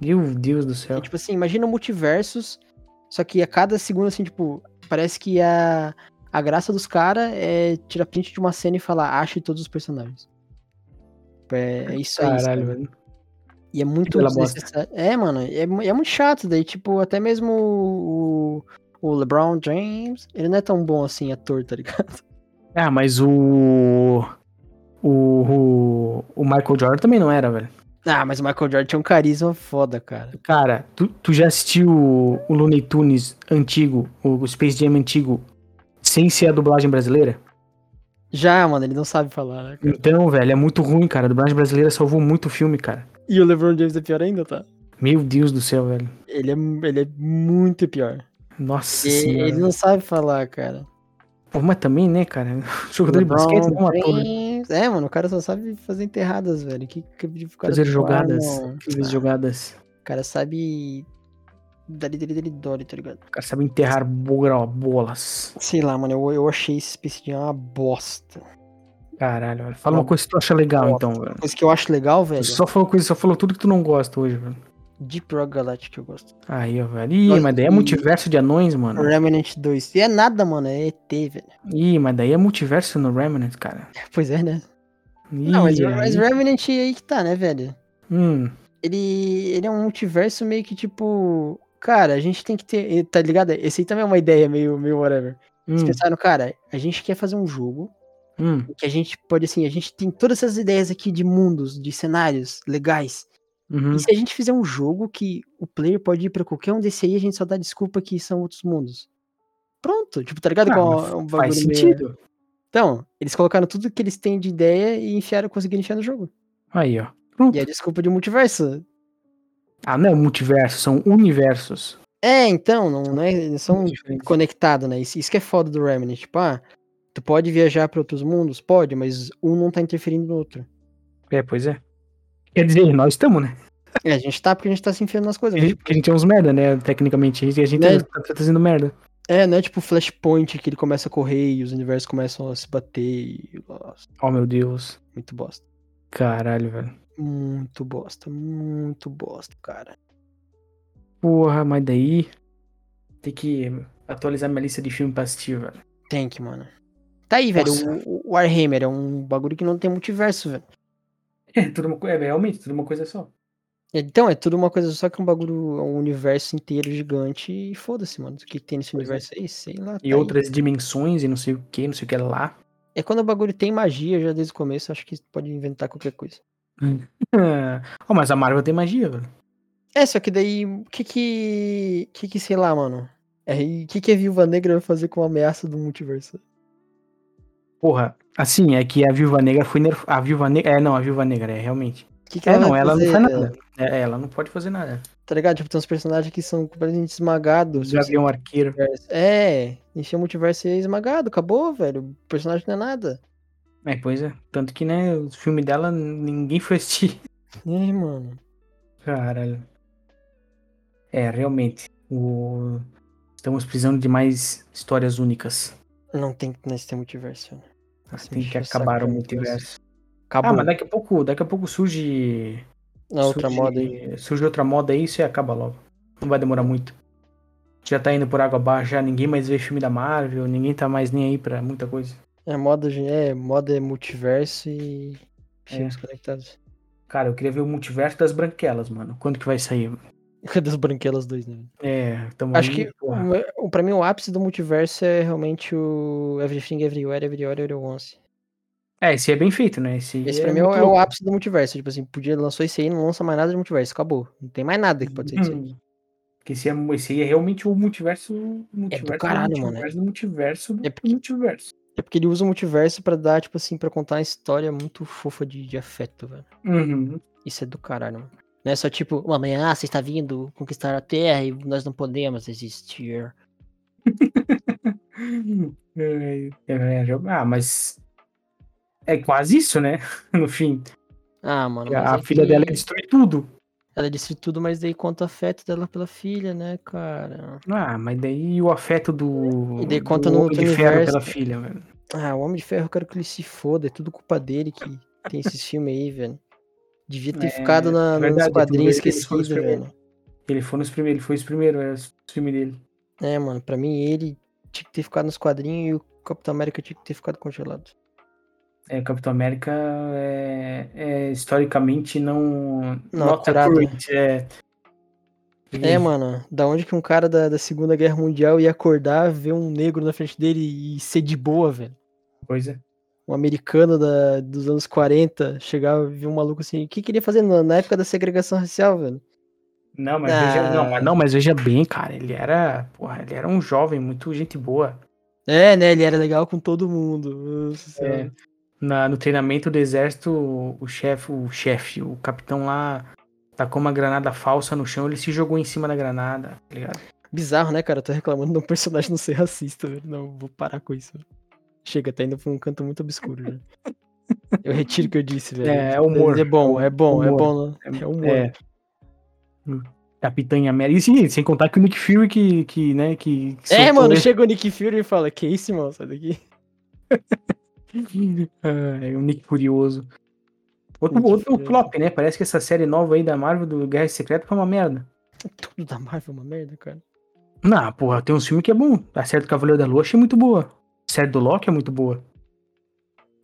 [SPEAKER 1] Meu Deus do céu.
[SPEAKER 2] E, tipo assim, imagina o multiversos, só que a cada segundo, assim, tipo, parece que a, a graça dos caras é tirar print de uma cena e falar, ache todos os personagens. É, é isso aí.
[SPEAKER 1] Caralho,
[SPEAKER 2] sabe?
[SPEAKER 1] velho.
[SPEAKER 2] E é muito
[SPEAKER 1] Aquela bosta.
[SPEAKER 2] desnecessário. É, mano, é, mu- é muito chato. Daí, tipo, até mesmo o, o LeBron James, ele não é tão bom assim, ator, tá ligado?
[SPEAKER 1] Ah, mas o. O, o, o Michael Jordan também não era, velho.
[SPEAKER 2] Ah, mas o Michael Jordan tinha um carisma foda, cara.
[SPEAKER 1] Cara, tu, tu já assistiu o, o Looney Tunes antigo, o Space Jam antigo, sem ser a dublagem brasileira?
[SPEAKER 2] Já, mano, ele não sabe falar, né? cara?
[SPEAKER 1] Então, velho, é muito ruim, cara. A dublagem brasileira salvou muito o filme, cara.
[SPEAKER 2] E o LeBron James é pior ainda, tá?
[SPEAKER 1] Meu Deus do céu, velho.
[SPEAKER 2] Ele é, ele é muito pior.
[SPEAKER 1] Nossa
[SPEAKER 2] E-
[SPEAKER 1] senhora.
[SPEAKER 2] ele não sabe falar, cara.
[SPEAKER 1] Pô, mas também, né, cara? Jogador de
[SPEAKER 2] LeBron
[SPEAKER 1] basquete não é um ator. né?
[SPEAKER 2] James- É, mano, o cara só sabe fazer enterradas, velho. Que, que o cara
[SPEAKER 1] Fazer
[SPEAKER 2] falar,
[SPEAKER 1] jogadas.
[SPEAKER 2] não.
[SPEAKER 1] Incríveis jogadas.
[SPEAKER 2] O cara sabe. Dali, dali, dali, dori, tá ligado?
[SPEAKER 1] O cara sabe enterrar bola- bolas.
[SPEAKER 2] Sei lá, mano, eu, eu achei esse Space Jam uma bosta.
[SPEAKER 1] Caralho, velho. Fala uma coisa que tu acha legal, então, velho.
[SPEAKER 2] Coisa que eu acho legal, velho.
[SPEAKER 1] Tu só falou coisa, só falou tudo que tu não gosta hoje, velho.
[SPEAKER 2] Deep Rock Galactic eu gosto.
[SPEAKER 1] Aí, ó, velho. Ih,
[SPEAKER 2] Nossa,
[SPEAKER 1] mas daí
[SPEAKER 2] e- Uhum.
[SPEAKER 1] é multiverso de anões, mano.
[SPEAKER 2] Remnant 2. E é nada, mano, é ET, velho.
[SPEAKER 1] Ih, mas daí é multiverso no Remnant, cara.
[SPEAKER 2] Pois é, né?
[SPEAKER 1] Ih,
[SPEAKER 2] Não, mas, é
[SPEAKER 1] aí-
[SPEAKER 2] mas Remnant aí que tá, né, velho?
[SPEAKER 1] Hum,
[SPEAKER 2] ele, ele é um multiverso meio que tipo. Cara, a gente tem que ter. eh, Tá ligado? Esse aí também é uma ideia meio, meio whatever. Eles
[SPEAKER 1] hum,
[SPEAKER 2] pensaram, cara, a gente quer fazer um jogo
[SPEAKER 1] hum,
[SPEAKER 2] em que a gente pode, assim, a gente tem todas essas ideias aqui de mundos, de cenários legais.
[SPEAKER 1] uhum.
[SPEAKER 2] E se a gente fizer um jogo que o player pode ir pra qualquer um desse aí, a gente só dá desculpa que são outros mundos. Pronto, tipo, tá ligado?
[SPEAKER 1] Ah,
[SPEAKER 2] Qual
[SPEAKER 1] mas
[SPEAKER 2] é um bagulho
[SPEAKER 1] Faz
[SPEAKER 2] meio-
[SPEAKER 1] sentido.
[SPEAKER 2] Então, eles colocaram tudo que eles têm de ideia e enfiaram, conseguiram enfiar no jogo.
[SPEAKER 1] Aí, ó. Pronto.
[SPEAKER 2] E é desculpa de multiverso.
[SPEAKER 1] Ah, não é multiverso, são universos.
[SPEAKER 2] É, então, não, não é, são
[SPEAKER 1] Diferentes.
[SPEAKER 2] conectado, né? Isso, isso que é foda do Remnant, tipo, ah, tu pode viajar pra outros mundos? Pode, mas um não tá interferindo no outro.
[SPEAKER 1] É, pois é. Quer dizer, nós estamos, né?
[SPEAKER 2] É, a gente tá porque a gente tá se enfiando nas coisas.
[SPEAKER 1] A
[SPEAKER 2] né?
[SPEAKER 1] gente- Porque a gente é uns merda, né? Tecnicamente. E a gente
[SPEAKER 2] Né?
[SPEAKER 1] tá tá fazendo merda.
[SPEAKER 2] É, não é tipo Flashpoint que ele começa a correr e os universos começam a se bater e... Nossa,
[SPEAKER 1] Oh, meu Deus.
[SPEAKER 2] muito bosta.
[SPEAKER 1] Caralho, velho.
[SPEAKER 2] Muito bosta, muito bosta, cara.
[SPEAKER 1] Porra, mas daí. Tem que atualizar minha lista de filme pra assistir, velho.
[SPEAKER 2] Tem que, mano. Tá aí, velho,
[SPEAKER 1] Nossa.
[SPEAKER 2] o, o Warhammer é um bagulho que não tem multiverso, velho.
[SPEAKER 1] É, tudo uma, co- é realmente, tudo uma coisa só.
[SPEAKER 2] Então, é tudo uma coisa só que um bagulho, um universo inteiro gigante e foda-se, mano. O que tem nesse
[SPEAKER 1] Pois é.
[SPEAKER 2] universo aí? Sei lá.
[SPEAKER 1] E
[SPEAKER 2] tá aí.
[SPEAKER 1] outras dimensões e não sei o que, não sei o que lá.
[SPEAKER 2] É quando o bagulho tem magia já desde o começo, acho que pode inventar qualquer coisa.
[SPEAKER 1] oh, mas a Marvel tem magia, velho.
[SPEAKER 2] É, só que daí, o que que. que que, sei lá, mano? É, e o que que a Viúva Negra vai fazer com a ameaça do multiverso?
[SPEAKER 1] Porra, assim, é que a Viúva Negra foi nerf... A Viúva Negra. É, não, a Viúva Negra, é, realmente.
[SPEAKER 2] que, que
[SPEAKER 1] É,
[SPEAKER 2] ela
[SPEAKER 1] não,
[SPEAKER 2] vai
[SPEAKER 1] ela não
[SPEAKER 2] fazer,
[SPEAKER 1] faz
[SPEAKER 2] né?
[SPEAKER 1] nada. É, ela não pode fazer nada.
[SPEAKER 2] Tá ligado? Tipo, tem uns personagens que são completamente esmagados.
[SPEAKER 1] O avião arqueiro.
[SPEAKER 2] multiverso. É, encher o multiverso e é esmagado, acabou, velho. O personagem não é nada.
[SPEAKER 1] É, pois é. Tanto que, né, o filme dela ninguém foi assistir.
[SPEAKER 2] É, mano.
[SPEAKER 1] Caralho. É, realmente. o- Estamos precisando de mais histórias únicas.
[SPEAKER 2] Não tem que nesse ter multiverso. né? velho.
[SPEAKER 1] Nós
[SPEAKER 2] Nossa,
[SPEAKER 1] tem que
[SPEAKER 2] encheu o saco
[SPEAKER 1] acabar o
[SPEAKER 2] pra mim,
[SPEAKER 1] multiverso.
[SPEAKER 2] é Acabou.
[SPEAKER 1] Ah, mas daqui a pouco, daqui a pouco surge.
[SPEAKER 2] Na outra
[SPEAKER 1] surge-
[SPEAKER 2] moda aí.
[SPEAKER 1] Surge outra moda aí, isso aí acaba logo. Não vai demorar muito. Já tá indo por água abaixo, já ninguém mais vê filme da Marvel, ninguém tá mais nem aí pra muita coisa.
[SPEAKER 2] É moda, de- é, moda é multiverso e
[SPEAKER 1] É.
[SPEAKER 2] filmes conectados.
[SPEAKER 1] Cara, eu queria ver o multiverso das branquelas, mano. Quando que vai sair?
[SPEAKER 2] Das branquelas dois, né?
[SPEAKER 1] É, tamo
[SPEAKER 2] Acho
[SPEAKER 1] aí,
[SPEAKER 2] que
[SPEAKER 1] porra.
[SPEAKER 2] o- pra mim o ápice do multiverso é realmente o Everything Everywhere Everywhere Every Once.
[SPEAKER 1] É, esse é bem feito, né? Esse,
[SPEAKER 2] Esse pra mim é,
[SPEAKER 1] muito
[SPEAKER 2] o- é o
[SPEAKER 1] louco.
[SPEAKER 2] ápice do multiverso. Tipo assim, podia lançou isso aí, não lança mais nada de multiverso, acabou. Não tem mais nada que pode ser disso aí. É
[SPEAKER 1] Hum. Que esse, é, esse aí é realmente o multiverso. multiverso do
[SPEAKER 2] caralho, mano.
[SPEAKER 1] multiverso, do multiverso do
[SPEAKER 2] É porque-
[SPEAKER 1] multiverso.
[SPEAKER 2] É porque ele usa o multiverso pra dar, tipo assim, pra contar uma história muito fofa de, de afeto, velho.
[SPEAKER 1] Uhum.
[SPEAKER 2] Isso é do caralho, mano. Não é só tipo, uma mãe, ah, você está vindo conquistar a Terra e nós não podemos existir.
[SPEAKER 1] É, é, é, ah, mas. É quase isso, né? No fim.
[SPEAKER 2] Ah, mano. mas
[SPEAKER 1] a
[SPEAKER 2] é
[SPEAKER 1] filha
[SPEAKER 2] que
[SPEAKER 1] dela destrui tudo.
[SPEAKER 2] Ela disse tudo, mas daí conta o afeto dela pela filha, né, cara?
[SPEAKER 1] Ah, mas daí o afeto do.
[SPEAKER 2] E daí conta
[SPEAKER 1] do
[SPEAKER 2] no
[SPEAKER 1] Homem
[SPEAKER 2] outro
[SPEAKER 1] de ferro
[SPEAKER 2] universo.
[SPEAKER 1] pela filha, velho.
[SPEAKER 2] Ah, o Homem de Ferro, eu quero que ele se foda. É tudo culpa dele que tem esses filmes aí, velho. Devia ter
[SPEAKER 1] É,
[SPEAKER 2] ficado na,
[SPEAKER 1] verdade,
[SPEAKER 2] nos quadrinhos
[SPEAKER 1] tudo bem, ele foi
[SPEAKER 2] esquecidos,
[SPEAKER 1] nos primeiros.
[SPEAKER 2] velho.
[SPEAKER 1] Ele foi nos primeiros, ele foi os primeiros, era os filmes dele.
[SPEAKER 2] É, mano, pra mim ele tinha que ter ficado nos quadrinhos e o Capitão América tinha que ter ficado congelado.
[SPEAKER 1] É, Capitão América é, é historicamente não.
[SPEAKER 2] Não,
[SPEAKER 1] not
[SPEAKER 2] acurado, né?
[SPEAKER 1] accurate, é.
[SPEAKER 2] É, mano, da onde que um cara da, da Segunda Guerra Mundial ia acordar, ver um negro na frente dele e ser de boa, velho?
[SPEAKER 1] Coisa.
[SPEAKER 2] Um americano da, dos anos 40 chegar e ver um maluco assim, o que queria fazer na, na época da segregação racial, velho?
[SPEAKER 1] Não, mas veja, não,
[SPEAKER 2] Ah.
[SPEAKER 1] mas, não, mas veja bem, cara. Ele era. Porra, ele era um jovem, muito gente boa.
[SPEAKER 2] É, né, ele era legal com todo mundo.
[SPEAKER 1] É.
[SPEAKER 2] Nossa Senhora.
[SPEAKER 1] Na, no treinamento do exército, o o chefe, o chefe, o capitão lá tacou uma granada falsa no chão, ele se jogou em cima da granada, tá ligado?
[SPEAKER 2] Bizarro, né, cara? Eu tô reclamando de um personagem não ser racista, velho. Não, vou parar com isso. velho. Chega, tá indo pra um canto muito obscuro. velho. Eu retiro o que eu disse, velho.
[SPEAKER 1] É, é humor.
[SPEAKER 2] É bom, é bom, é
[SPEAKER 1] Humor.
[SPEAKER 2] bom. né? É humor.
[SPEAKER 1] É. Hum, Capitã América. E sim, sem contar que o Nick Fury que, que né, que... que
[SPEAKER 2] É,
[SPEAKER 1] soltou um-
[SPEAKER 2] mano,
[SPEAKER 1] ele.
[SPEAKER 2] chega o Nick Fury e fala, que isso, irmão, sai daqui.
[SPEAKER 1] Ah, é o Nick Furioso. Outro,
[SPEAKER 2] Nick
[SPEAKER 1] outro
[SPEAKER 2] Furioso.
[SPEAKER 1] flop, né? Parece que essa série nova aí da Marvel, do Guerra Secreta, foi uma merda.
[SPEAKER 2] Tudo da Marvel é uma merda, cara.
[SPEAKER 1] Não, porra, tem uns filmes que é bom. A série do Cavaleiro da Lua achei muito boa. A série do Loki é muito boa.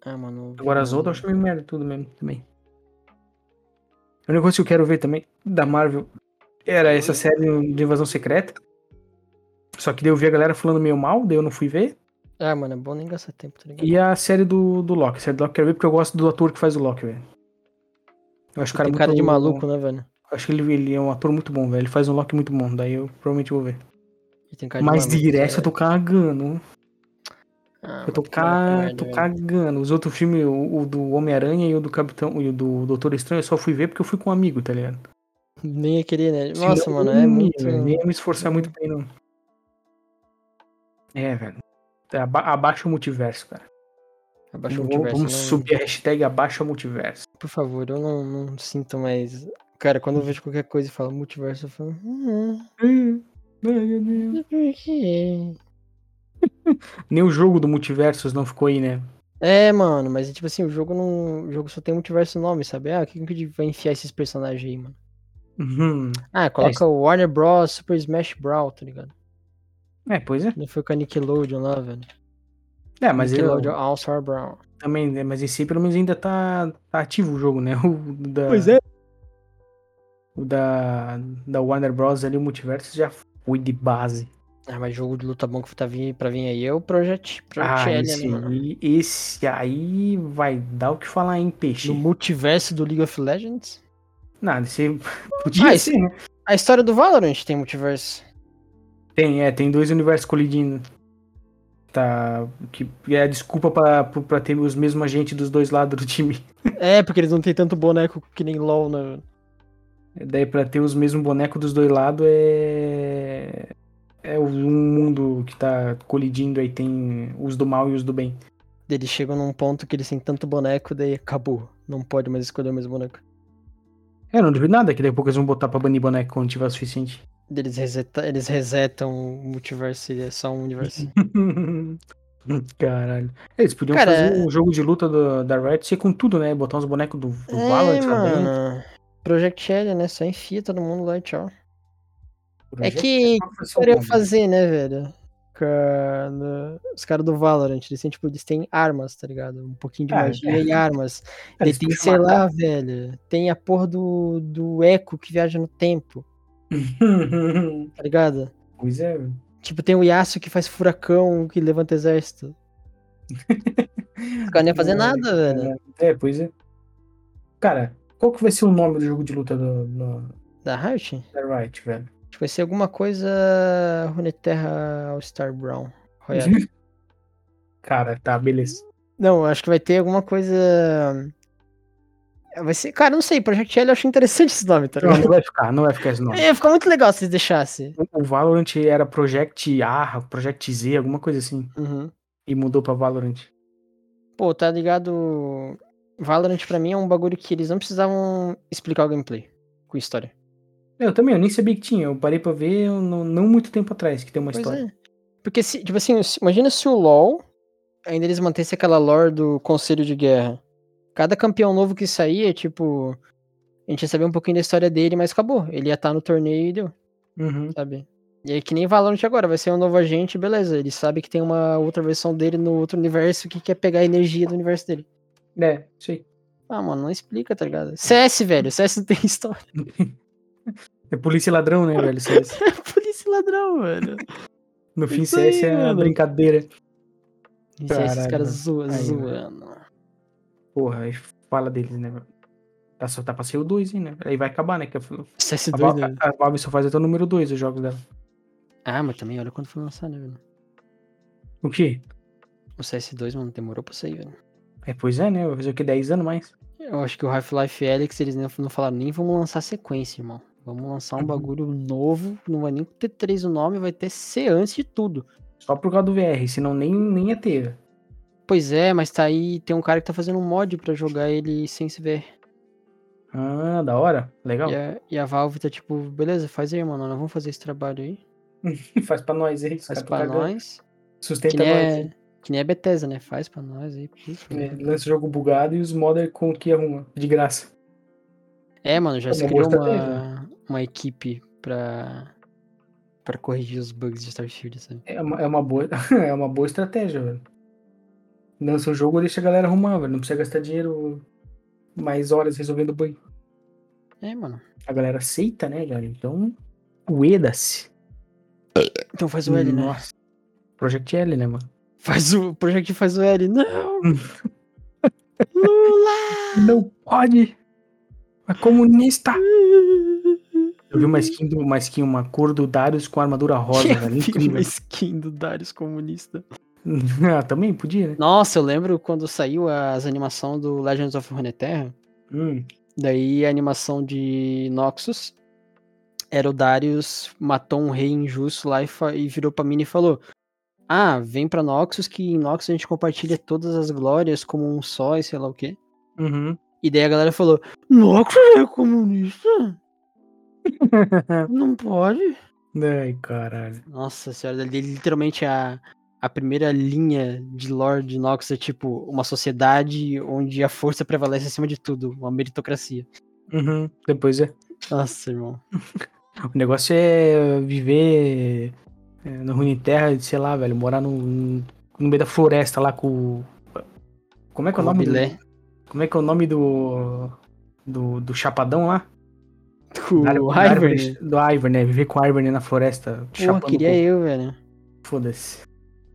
[SPEAKER 2] Ah, mano.
[SPEAKER 1] Agora as outras eu acho meio merda tudo mesmo também. O negócio que eu quero ver também da Marvel era essa série de Invasão Secreta. Só que daí eu vi a galera falando meio mal, daí eu não fui ver.
[SPEAKER 2] Ah, mano, é bom nem gastar tempo, tá ligado?
[SPEAKER 1] E a série do, do Loki. A série do Loki eu quero ver porque eu gosto do ator que faz o Loki, velho. Eu acho o cara é
[SPEAKER 2] Tem cara
[SPEAKER 1] muito-
[SPEAKER 2] de maluco, né, velho?
[SPEAKER 1] Acho que ele, ele é um ator muito bom, velho. Ele faz um Loki muito bom, daí eu provavelmente vou ver.
[SPEAKER 2] E tem cara
[SPEAKER 1] Mas
[SPEAKER 2] de maluco,
[SPEAKER 1] direto eu
[SPEAKER 2] tá
[SPEAKER 1] tô cagando.
[SPEAKER 2] ligado? Ah,
[SPEAKER 1] Eu tô,
[SPEAKER 2] mano, que maraca,
[SPEAKER 1] ca...
[SPEAKER 2] merda,
[SPEAKER 1] tô
[SPEAKER 2] velho.
[SPEAKER 1] cagando. Os outros filmes, o, o do Homem-Aranha e o do Capitão e o do Doutor Estranho, eu só fui ver porque eu fui com um amigo, tá ligado?
[SPEAKER 2] Nem ia querer, né?
[SPEAKER 1] Se
[SPEAKER 2] Nossa,
[SPEAKER 1] não,
[SPEAKER 2] mano,
[SPEAKER 1] nem
[SPEAKER 2] é
[SPEAKER 1] ia,
[SPEAKER 2] muito...
[SPEAKER 1] velho, Nem ia me esforçar muito bem, não. É, velho. Tá, aba- Abaixa o multiverso, cara.
[SPEAKER 2] Abaixa o
[SPEAKER 1] vamos
[SPEAKER 2] multiverso, né?
[SPEAKER 1] vamos
[SPEAKER 2] não-
[SPEAKER 1] subir a hashtag abaixa o multiverso.
[SPEAKER 2] Por favor, eu não, não sinto mais... Cara, quando eu vejo qualquer coisa e falo multiverso, eu falo... "Ah, mas por quê?"
[SPEAKER 1] Nem o jogo do multiversos não ficou aí, né?
[SPEAKER 2] É, mano, mas é tipo assim, o jogo não... O jogo só tem multiverso no nome, sabe? Ah, o que que a gente vai enfiar esses personagens aí, mano?
[SPEAKER 1] Uhum.
[SPEAKER 2] Ah, coloca o Warner Bros. Super Smash Bros, tá ligado?
[SPEAKER 1] É, pois é.
[SPEAKER 2] Não foi com a Nickelodeon lá, velho.
[SPEAKER 1] É, mas ele,
[SPEAKER 2] Nickelodeon All Star Brown.
[SPEAKER 1] Também, né? Mas esse aí pelo menos ainda tá, tá ativo o jogo, né? O da,
[SPEAKER 2] é.
[SPEAKER 1] o da, da Warner Bros. ali, o multiverso já foi de base.
[SPEAKER 2] Ah, mas jogo de luta bom que tá vir, pra vir aí é o Project, Project
[SPEAKER 1] Ah,
[SPEAKER 2] L, né,
[SPEAKER 1] esse,
[SPEAKER 2] mano?
[SPEAKER 1] aí, esse aí vai dar o que falar em peixe.
[SPEAKER 2] No multiverso do League of Legends?
[SPEAKER 1] Nada, esse podia
[SPEAKER 2] Ah,
[SPEAKER 1] ser, né?
[SPEAKER 2] A história do Valorant tem multiverso.
[SPEAKER 1] Tem, é, tem dois universos colidindo. Tá, que é a desculpa pra, pra ter os mesmos agentes dos dois lados do time.
[SPEAKER 2] É, porque eles não têm tanto boneco que nem LOL, né?
[SPEAKER 1] É Daí pra ter os mesmos bonecos dos dois lados é. É um mundo que tá colidindo aí, tem os do mal e os do bem.
[SPEAKER 2] Eles chegam num ponto que eles têm tanto boneco, daí acabou. Não pode mais escolher o mesmo boneco.
[SPEAKER 1] É, não duvido nada que daqui a pouco eles vão botar pra banir boneco quando tiver o suficiente.
[SPEAKER 2] Eles, reseta, eles resetam o multiverso e é só um universo.
[SPEAKER 1] Caralho. Eles podiam
[SPEAKER 2] Cara,
[SPEAKER 1] fazer
[SPEAKER 2] é-
[SPEAKER 1] um jogo de luta do- da Riot ser com tudo, né? Botar uns bonecos do, do
[SPEAKER 2] É,
[SPEAKER 1] Valorant
[SPEAKER 2] tá
[SPEAKER 1] lá
[SPEAKER 2] né?
[SPEAKER 1] dentro.
[SPEAKER 2] Project L, né? Só enfia todo mundo lá e tchau. É
[SPEAKER 1] Projeto
[SPEAKER 2] que-
[SPEAKER 1] pra fazer
[SPEAKER 2] poderiam
[SPEAKER 1] alguma.
[SPEAKER 2] fazer, né, velho? Cara, os caras do Valorant, eles têm, tipo, eles têm armas, tá ligado? Um pouquinho de
[SPEAKER 1] Ah,
[SPEAKER 2] magia
[SPEAKER 1] é.
[SPEAKER 2] e armas.
[SPEAKER 1] É,
[SPEAKER 2] Ele
[SPEAKER 1] eles
[SPEAKER 2] tem,
[SPEAKER 1] puxam
[SPEAKER 2] sei
[SPEAKER 1] uma
[SPEAKER 2] lá, velho, tem a porra do, do eco que viaja no tempo, tá ligado?
[SPEAKER 1] pois é. velho.
[SPEAKER 2] Tipo, tem o Yasuo que faz furacão, que levanta exército. Os caras não iam fazer nada, velho.
[SPEAKER 1] É, pois é. Cara, qual que vai ser o nome do jogo de luta do, do-
[SPEAKER 2] Da Riot? Acho
[SPEAKER 1] da Riot, velho?
[SPEAKER 2] que vai ser alguma coisa Runeterra All-Star Brown. Royale.
[SPEAKER 1] Cara, tá, beleza.
[SPEAKER 2] Não, acho que vai ter alguma coisa. Vai ser. Cara, não sei, Project L eu achei interessante esse nome, tá
[SPEAKER 1] Não,
[SPEAKER 2] ligado?
[SPEAKER 1] não vai ficar, não vai ficar esse nome.
[SPEAKER 2] Ia ficar muito legal se eles deixassem.
[SPEAKER 1] O Valorant era Project A, Project Z, alguma coisa assim.
[SPEAKER 2] Uhum.
[SPEAKER 1] E mudou pra Valorant.
[SPEAKER 2] Pô, tá ligado? Valorant pra mim é um bagulho que eles não precisavam explicar o gameplay com história.
[SPEAKER 1] Eu também, eu nem sabia que tinha. Eu parei pra ver eu não, não muito tempo atrás que tem uma
[SPEAKER 2] Pois
[SPEAKER 1] história.
[SPEAKER 2] é. Porque, se, tipo assim, se- imagina se o LoL ainda eles mantessem aquela lore do Conselho de Guerra. Cada campeão novo que saía, tipo, a gente ia saber um pouquinho da história dele, mas acabou. Ele ia estar no torneio e deu. é.
[SPEAKER 1] Uhum.
[SPEAKER 2] sabe? E aí que nem Valorant agora, vai ser um novo agente, beleza. Ele sabe que tem uma outra versão dele no outro universo que quer pegar a energia do universo dele.
[SPEAKER 1] É, sei.
[SPEAKER 2] Ah, mano, não explica, tá ligado? CS, velho, CS não tem história.
[SPEAKER 1] É polícia e ladrão, né, velho? CS.
[SPEAKER 2] É Polícia e ladrão, velho.
[SPEAKER 1] No fim,
[SPEAKER 2] Isso aí,
[SPEAKER 1] CS é uma
[SPEAKER 2] mano.
[SPEAKER 1] brincadeira.
[SPEAKER 2] E CS, os
[SPEAKER 1] Caralho,
[SPEAKER 2] caras zoa,
[SPEAKER 1] Aí,
[SPEAKER 2] zoando.
[SPEAKER 1] Porra, aí fala deles, né, velho? Tá, só tá pra ser o 2, hein, né? Aí vai acabar, né? Que a, a,
[SPEAKER 2] CS2,
[SPEAKER 1] Valve-
[SPEAKER 2] né?
[SPEAKER 1] a Valve só faz até o número 2 os jogos dela.
[SPEAKER 2] Ah, mas também olha quando foi lançado, né, velho?
[SPEAKER 1] O quê?
[SPEAKER 2] O CS2, mano, demorou pra sair, velho.
[SPEAKER 1] É, pois é, né? Vai fazer o quê? 10 anos mais?
[SPEAKER 2] Eu acho que o Half-Life Alyx, eles nem- não falaram nem vamos lançar sequência, irmão. Vamos lançar um
[SPEAKER 1] Uhum.
[SPEAKER 2] bagulho novo, não vai nem ter três o nome, vai ter C antes de tudo.
[SPEAKER 1] Só por causa do VR, senão nem, nem ia ter. velho.
[SPEAKER 2] Pois é, mas tá aí, tem um cara que tá fazendo um mod pra jogar ele sem se ver.
[SPEAKER 1] Ah, da hora. Legal.
[SPEAKER 2] E a, e a Valve tá tipo, beleza, faz aí, mano, nós vamos fazer esse trabalho aí.
[SPEAKER 1] Faz pra nós aí.
[SPEAKER 2] Faz
[SPEAKER 1] cara,
[SPEAKER 2] pra
[SPEAKER 1] cagando.
[SPEAKER 2] nós. Que
[SPEAKER 1] Sustenta
[SPEAKER 2] nem,
[SPEAKER 1] é nós.
[SPEAKER 2] é, que nem a Bethesda, né? Faz pra nós aí, por né? favor.
[SPEAKER 1] É, lança o jogo bugado e os modder com o que arruma, de graça.
[SPEAKER 2] É, mano, já
[SPEAKER 1] Pô,
[SPEAKER 2] se
[SPEAKER 1] mas
[SPEAKER 2] criou
[SPEAKER 1] gosto
[SPEAKER 2] uma,
[SPEAKER 1] né?
[SPEAKER 2] uma equipe pra, pra corrigir os bugs de Starfield, sabe?
[SPEAKER 1] É uma, é uma, boa, é uma boa estratégia, velho. Lança o jogo e deixa a galera arrumar, velho. Não precisa gastar dinheiro mais horas resolvendo bug.
[SPEAKER 2] É, mano.
[SPEAKER 1] A galera aceita, né, galera? Então, ueda-se.
[SPEAKER 2] Então faz o L, né?
[SPEAKER 1] Nossa. Project L, né, mano?
[SPEAKER 2] Faz o, o Project faz o L. Não!
[SPEAKER 1] Hum.
[SPEAKER 2] Lula!
[SPEAKER 1] Não pode! É comunista! Eu vi uma skin, do, uma, skin uma cor do Darius com armadura rosa, velho.
[SPEAKER 2] Uma
[SPEAKER 1] Incrível.
[SPEAKER 2] skin do Darius comunista.
[SPEAKER 1] ah, também podia, né?
[SPEAKER 2] Nossa, eu lembro quando saiu as animações do Legends of Runeterra.
[SPEAKER 1] Hum,
[SPEAKER 2] Daí a animação de Noxus era o Darius matou um rei injusto lá e, fa- e virou pra mim e falou: Ah, vem pra Noxus que em Noxus a gente compartilha todas as glórias como um só e sei lá o quê.
[SPEAKER 1] uhum.
[SPEAKER 2] E daí a galera falou: Noxus é comunista? Não pode.
[SPEAKER 1] Ai, caralho.
[SPEAKER 2] Nossa senhora, ali literalmente é a, a primeira linha de lore de Nox é tipo uma sociedade onde a força prevalece acima de tudo, uma meritocracia.
[SPEAKER 1] Uhum. Depois é.
[SPEAKER 2] Nossa, irmão.
[SPEAKER 1] O negócio é viver é, no Runeterra, sei lá, velho, morar no, no meio da floresta lá com. o- Como é que é o nome do,
[SPEAKER 2] Bilé.
[SPEAKER 1] Como é que é o nome do. Do, do chapadão lá?
[SPEAKER 2] Com
[SPEAKER 1] Da-
[SPEAKER 2] o
[SPEAKER 1] da árvore-
[SPEAKER 2] Ivern.
[SPEAKER 1] Do Ivern, né? Viver com o Ivern na floresta.
[SPEAKER 2] Porra,
[SPEAKER 1] um chapando
[SPEAKER 2] queria
[SPEAKER 1] com-
[SPEAKER 2] eu, velho.
[SPEAKER 1] Foda-se.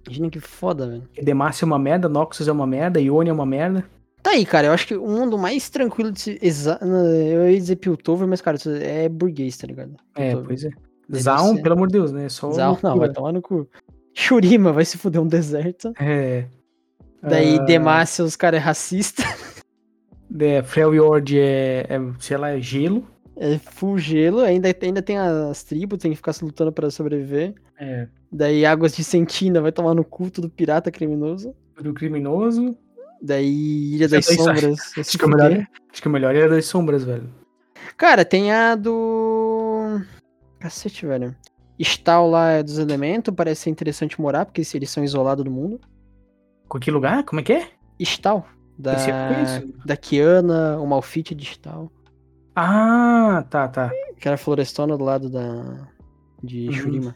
[SPEAKER 2] Imagina que foda, velho.
[SPEAKER 1] Demacia é uma merda, Noxus é uma merda, Ione é uma merda.
[SPEAKER 2] Tá aí, cara. Eu acho que o mundo mais tranquilo de se. exa- Eu ia dizer Piltover, mas, cara, isso é burguês, tá ligado?
[SPEAKER 1] É,
[SPEAKER 2] Piltover.
[SPEAKER 1] pois é.
[SPEAKER 2] Deve
[SPEAKER 1] Zaun,
[SPEAKER 2] ser.
[SPEAKER 1] pelo amor de Deus, né? Só
[SPEAKER 2] Zaun, não,
[SPEAKER 1] loucura.
[SPEAKER 2] vai tomar no cu. Shurima vai se fuder um deserto.
[SPEAKER 1] É.
[SPEAKER 2] Daí
[SPEAKER 1] Ah.
[SPEAKER 2] Demacia, os caras é racista.
[SPEAKER 1] é Freljord é, é, sei lá, é gelo.
[SPEAKER 2] É full gelo. Ainda, ainda tem as tribos, tem que ficar se lutando pra sobreviver.
[SPEAKER 1] É.
[SPEAKER 2] Daí Águas de Sentina vai tomar no culto do pirata criminoso.
[SPEAKER 1] Do criminoso.
[SPEAKER 2] Daí Ilha das
[SPEAKER 1] Eu tenho isso.
[SPEAKER 2] Sombras. vai se
[SPEAKER 1] Acho que, é o
[SPEAKER 2] fuder.
[SPEAKER 1] melhor, acho que o melhor é a das sombras, velho.
[SPEAKER 2] Cara, tem a do. Cacete, velho. Stal lá é dos elementos, parece ser interessante morar, porque se eles são isolados do mundo.
[SPEAKER 1] Com que lugar? Como é que é?
[SPEAKER 2] Stal. Da,
[SPEAKER 1] Esse eu conheço.
[SPEAKER 2] da Kiana, o Malfit de Stal.
[SPEAKER 1] Ah, tá, tá.
[SPEAKER 2] Que era florestona do lado da. De
[SPEAKER 1] Uhum.
[SPEAKER 2] Shurima.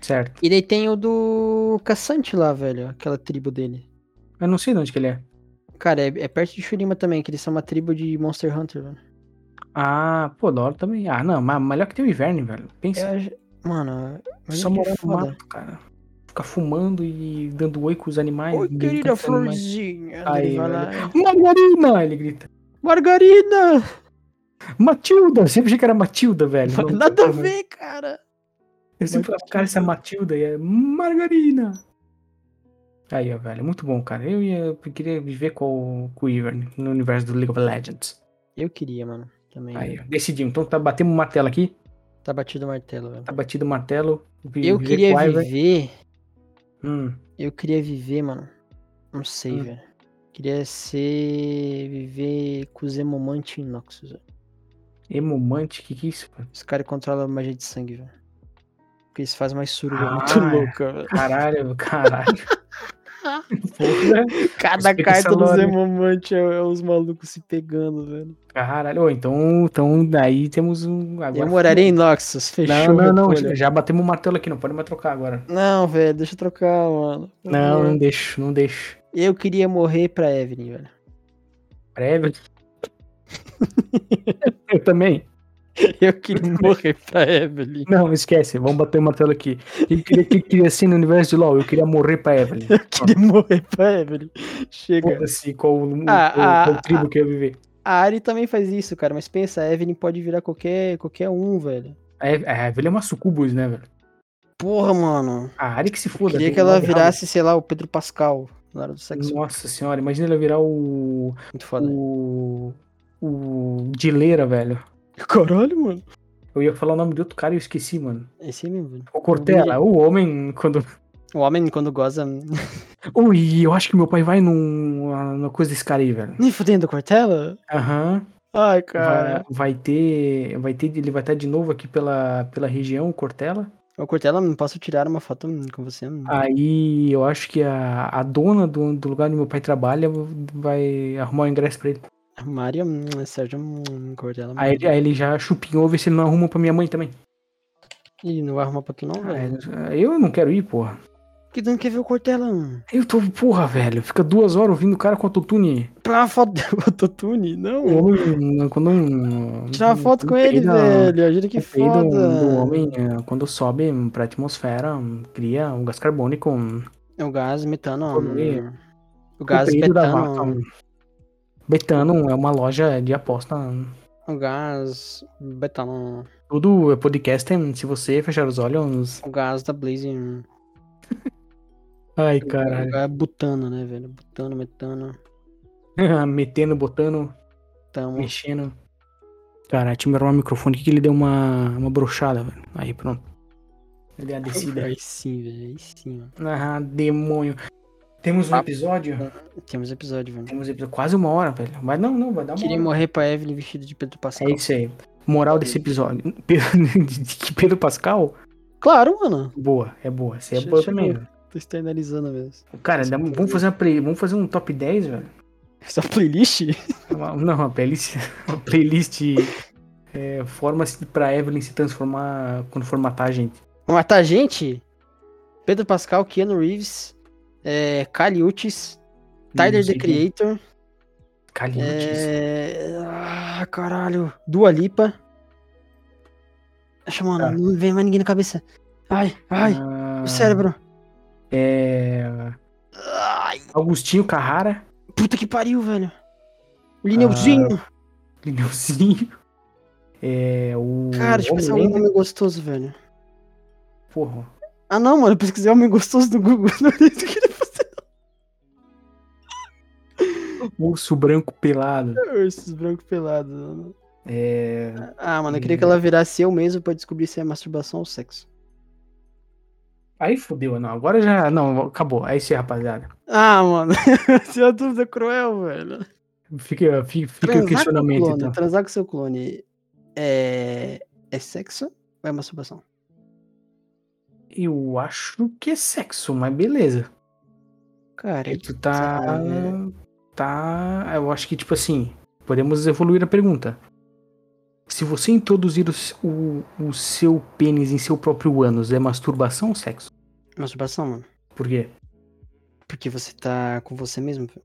[SPEAKER 1] Certo.
[SPEAKER 2] E daí tem o do Caçante lá, velho. Aquela tribo dele.
[SPEAKER 1] Eu não sei de onde que ele é.
[SPEAKER 2] Cara, é, é perto de Shurima também, que eles são uma tribo de Monster Hunter, velho.
[SPEAKER 1] Ah, pô, da hora também. Ah, não, mas melhor que tem o inverno, velho.
[SPEAKER 2] Eu
[SPEAKER 1] Pensa.
[SPEAKER 2] acho- Mano, mas
[SPEAKER 1] só
[SPEAKER 2] é que é
[SPEAKER 1] morar no
[SPEAKER 2] foda.
[SPEAKER 1] mato, cara. Ficar fumando e dando oi com os animais.
[SPEAKER 2] Oi,
[SPEAKER 1] brincando
[SPEAKER 2] querida
[SPEAKER 1] com os animais.
[SPEAKER 2] florzinha.
[SPEAKER 1] Aí,
[SPEAKER 2] Ele vai
[SPEAKER 1] velho.
[SPEAKER 2] lá e-
[SPEAKER 1] Margarina! Ele grita.
[SPEAKER 2] Margarida!
[SPEAKER 1] Matilda! Eu sempre achei que era Matilda, velho.
[SPEAKER 2] Não,
[SPEAKER 1] Não,
[SPEAKER 2] Nada a
[SPEAKER 1] não.
[SPEAKER 2] ver, cara.
[SPEAKER 1] Eu sempre falava, cara, essa Matilda e é Margarina. Aí, ó, velho, é muito bom, cara. Eu, ia, eu queria viver com, o- com o Ivern no universo do League of Legends.
[SPEAKER 2] Eu queria, mano. Também.
[SPEAKER 1] Aí, ó, decidimos. Então, tá, batemos o martelo aqui.
[SPEAKER 2] Tá batido o martelo, velho.
[SPEAKER 1] Tá batido o martelo. vi-
[SPEAKER 2] Eu
[SPEAKER 1] viver
[SPEAKER 2] queria
[SPEAKER 1] com o Ivern.
[SPEAKER 2] viver.
[SPEAKER 1] Hum,
[SPEAKER 2] Eu queria viver, mano. Não sei,
[SPEAKER 1] Hum.
[SPEAKER 2] velho. Queria ser. Viver com os Emomante Inoxus, velho.
[SPEAKER 1] Emomante, que que é isso, cara?
[SPEAKER 2] Os caras controlam a magia de sangue, velho. Porque eles fazem uma suruba
[SPEAKER 1] Ah,
[SPEAKER 2] muito
[SPEAKER 1] é.
[SPEAKER 2] louca, velho.
[SPEAKER 1] Caralho, caralho. Porra.
[SPEAKER 2] Cada
[SPEAKER 1] Explica essa
[SPEAKER 2] carta dos
[SPEAKER 1] lore.
[SPEAKER 2] Emomante é, é os malucos se pegando, velho.
[SPEAKER 1] Caralho. Ô, então, então daí temos um. Agora
[SPEAKER 2] Eu moraria em Noxus, fechou.
[SPEAKER 1] Não, não, não.
[SPEAKER 2] repolho.
[SPEAKER 1] Já batemos o martelo aqui, não pode mais trocar agora.
[SPEAKER 2] Não, velho, deixa eu trocar, mano. Por
[SPEAKER 1] Não,
[SPEAKER 2] favor.
[SPEAKER 1] não deixo, não deixo.
[SPEAKER 2] Eu queria morrer pra Evelyn, velho.
[SPEAKER 1] Prévio. Eu também.
[SPEAKER 2] Eu queria morrer pra Evelyn.
[SPEAKER 1] Não, esquece. Vamos bater o martelo aqui. Ele queria que queria ser no universo de LOL. Eu queria morrer pra Evelyn.
[SPEAKER 2] Eu queria morrer pra Evelyn. Chega.
[SPEAKER 1] Foda-se qual, o-
[SPEAKER 2] Ah,
[SPEAKER 1] qual-
[SPEAKER 2] ah,
[SPEAKER 1] qual tribo que eu ia viver.
[SPEAKER 2] A Ari também faz isso, cara, mas pensa, a Evelyn pode virar qualquer, qualquer um, velho.
[SPEAKER 1] A Eve- a Evelyn é uma sucubus, né, velho?
[SPEAKER 2] Porra, mano.
[SPEAKER 1] A área que se
[SPEAKER 2] Eu
[SPEAKER 1] foda.
[SPEAKER 2] queria
[SPEAKER 1] tem
[SPEAKER 2] que ela
[SPEAKER 1] nove
[SPEAKER 2] virasse, sei lá, o Pedro Pascal na hora do
[SPEAKER 1] rabos.
[SPEAKER 2] sexo.
[SPEAKER 1] Nossa senhora, imagina ela virar o.
[SPEAKER 2] Muito foda.
[SPEAKER 1] O. O. Dileira, velho.
[SPEAKER 2] Caralho, mano.
[SPEAKER 1] Eu ia falar o nome de outro cara e eu esqueci, mano.
[SPEAKER 2] Esse É aí mesmo, velho.
[SPEAKER 1] O Cortella, o homem, quando
[SPEAKER 2] O homem, quando goza.
[SPEAKER 1] Ui, eu acho que meu pai vai num, numa coisa desse cara aí, velho.
[SPEAKER 2] Nem fudendo Cortella?
[SPEAKER 1] Aham.
[SPEAKER 2] Ai,
[SPEAKER 1] Vai,
[SPEAKER 2] cara.
[SPEAKER 1] vai ter. Vai ter. Ele vai estar de novo aqui pela, pela região, o Cortella.
[SPEAKER 2] Ô, Cortella, não posso tirar uma foto hum, com você? hum?
[SPEAKER 1] Ah. Aí eu acho que a, a dona do, do lugar onde meu pai trabalha vai arrumar o ingresso pra ele.
[SPEAKER 2] Mário, hum, Sérgio, hum, Cortella.
[SPEAKER 1] Aí, ele- aí ele já chupinhou ver se ele não arruma pra minha mãe também.
[SPEAKER 2] Ih, não vai arrumar pra aqui não, velho.
[SPEAKER 1] Ah, Eu não quero ir, porra.
[SPEAKER 2] Por que tu não quer ver o Cortella? hum?
[SPEAKER 1] Eu tô, porra, velho. Fica duas horas ouvindo o cara com autotune.
[SPEAKER 2] Tirar uma foto do autotune?
[SPEAKER 1] O
[SPEAKER 2] Não.
[SPEAKER 1] homem. Quando um,
[SPEAKER 2] Tirar uma foto com
[SPEAKER 1] um
[SPEAKER 2] ele,
[SPEAKER 1] peido-
[SPEAKER 2] velho. Ajuda que
[SPEAKER 1] O peido É do
[SPEAKER 2] foda.
[SPEAKER 1] homem, eh, quando sobe pra atmosfera, cria um gás carbônico. um-
[SPEAKER 2] É o gás metano. ó.
[SPEAKER 1] Comer.
[SPEAKER 2] O gás
[SPEAKER 1] o peido da vaca,
[SPEAKER 2] betano. hum.
[SPEAKER 1] um- Betano é uma loja de aposta.
[SPEAKER 2] O gás betano. hum.
[SPEAKER 1] Tudo é podcast, hein? se você fechar os olhos.
[SPEAKER 2] O gás da Blaze. hum.
[SPEAKER 1] Ai,
[SPEAKER 2] O
[SPEAKER 1] caralho.
[SPEAKER 2] gás butano, né, velho? Butano, metano.
[SPEAKER 1] Metendo, botando,
[SPEAKER 2] Tamo.
[SPEAKER 1] mexendo. Cara, tinha que arrumar o microfone aqui que ele deu uma, uma brochada, velho. Aí, pronto. Ele deu a descida.
[SPEAKER 2] Aí sim, velho. Aí sim, mano.
[SPEAKER 1] Ah, demônio. Temos um
[SPEAKER 2] Ah.
[SPEAKER 1] episódio?
[SPEAKER 2] Temos episódio, velho.
[SPEAKER 1] Temos um episódio quase uma hora, velho. Mas não, não, vai dar uma
[SPEAKER 2] Queria
[SPEAKER 1] hora.
[SPEAKER 2] morrer pra Evelyn vestido de Pedro Pascal.
[SPEAKER 1] É isso aí. Moral desse episódio. Pedro- de que Pedro Pascal?
[SPEAKER 2] Claro, mano.
[SPEAKER 1] Boa, é boa. Você é
[SPEAKER 2] Deixa-
[SPEAKER 1] boa
[SPEAKER 2] deixa eu
[SPEAKER 1] também.
[SPEAKER 2] ver. Tô externalizando mesmo.
[SPEAKER 1] Cara, dá- vamos fazer, uma play- vamos fazer um top 10, velho?
[SPEAKER 2] Essa playlist?
[SPEAKER 1] Uma- Não, uma playlist. Uma playlist é, formas pra Evelyn se transformar quando formatar a gente.
[SPEAKER 2] Vou matar a gente? Pedro Pascal, Keanu Reeves, é, Kali Uchis, Tyler The Creator,
[SPEAKER 1] Calientes.
[SPEAKER 2] é... ah, caralho, Dua Lipa. Acho, mano,
[SPEAKER 1] Tá.
[SPEAKER 2] não vem mais ninguém na cabeça. Ai, ai,
[SPEAKER 1] Ah,
[SPEAKER 2] o cérebro.
[SPEAKER 1] É,
[SPEAKER 2] Ai,
[SPEAKER 1] Augustinho Carrara.
[SPEAKER 2] puta que pariu, velho. O
[SPEAKER 1] Ah,
[SPEAKER 2] Lineuzinho.
[SPEAKER 1] Lineuzinho. É, o É,
[SPEAKER 2] cara, deixa eu pensar um
[SPEAKER 1] Homelander,
[SPEAKER 2] nome gostoso, velho.
[SPEAKER 1] porra.
[SPEAKER 2] Ah não, mano, eu pesquisei homem gostoso do Google. Não olhei do que ele
[SPEAKER 1] Urso branco pelado.
[SPEAKER 2] Ursos branco pelado.
[SPEAKER 1] É.
[SPEAKER 2] Ah, mano, eu queria que ela virasse eu mesmo pra descobrir se é masturbação ou sexo.
[SPEAKER 1] Aí fodeu, não. Agora já. Não, acabou. É isso aí, rapaziada.
[SPEAKER 2] Ah, mano, isso é uma dúvida cruel, velho.
[SPEAKER 1] Fica, fica, fica o questionamento,
[SPEAKER 2] com o clone,
[SPEAKER 1] então.
[SPEAKER 2] transar com seu clone é... é sexo ou é masturbação?
[SPEAKER 1] Eu acho que é sexo, mas beleza.
[SPEAKER 2] Cara,
[SPEAKER 1] Aí tu tá.
[SPEAKER 2] É sabe? é.
[SPEAKER 1] Tá. Eu acho que, tipo assim, podemos evoluir a pergunta. Se você introduzir o, s- o, o seu pênis em seu próprio ânus, é masturbação ou sexo?
[SPEAKER 2] masturbação, mano.
[SPEAKER 1] Por quê?
[SPEAKER 2] Porque você tá com você mesmo. velho.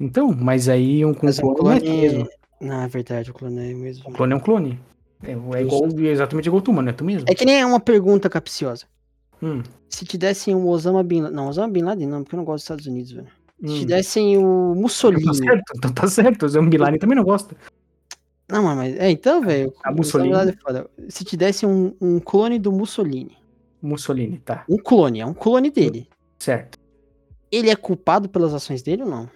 [SPEAKER 1] Então, mas aí um, com
[SPEAKER 2] Mas
[SPEAKER 1] clone não é tu mesmo.
[SPEAKER 2] Na verdade, o clone é eu mesmo.
[SPEAKER 1] Um clone é um clone. É, é igual, é exatamente igual tu, mano. É tu mesmo.
[SPEAKER 2] É que nem uma pergunta capciosa.
[SPEAKER 1] Hum,
[SPEAKER 2] Se te dessem o Osama Bin Laden. Não, Osama Bin Laden não, porque eu não gosto dos Estados Unidos, velho. Se te
[SPEAKER 1] hum.
[SPEAKER 2] dessem o
[SPEAKER 1] Então tá
[SPEAKER 2] Mussolini.
[SPEAKER 1] certo, então tá certo. O Zé Milani também não gosta.
[SPEAKER 2] Não, mano, mas. É, então, velho.
[SPEAKER 1] A
[SPEAKER 2] o
[SPEAKER 1] Ah, tá, Mussolini.
[SPEAKER 2] Osama Bin Laden é foda. Se te dessem um, um clone do Mussolini.
[SPEAKER 1] Mussolini, tá.
[SPEAKER 2] Um clone, é um clone dele.
[SPEAKER 1] Certo.
[SPEAKER 2] Ele é culpado pelas ações dele ou não?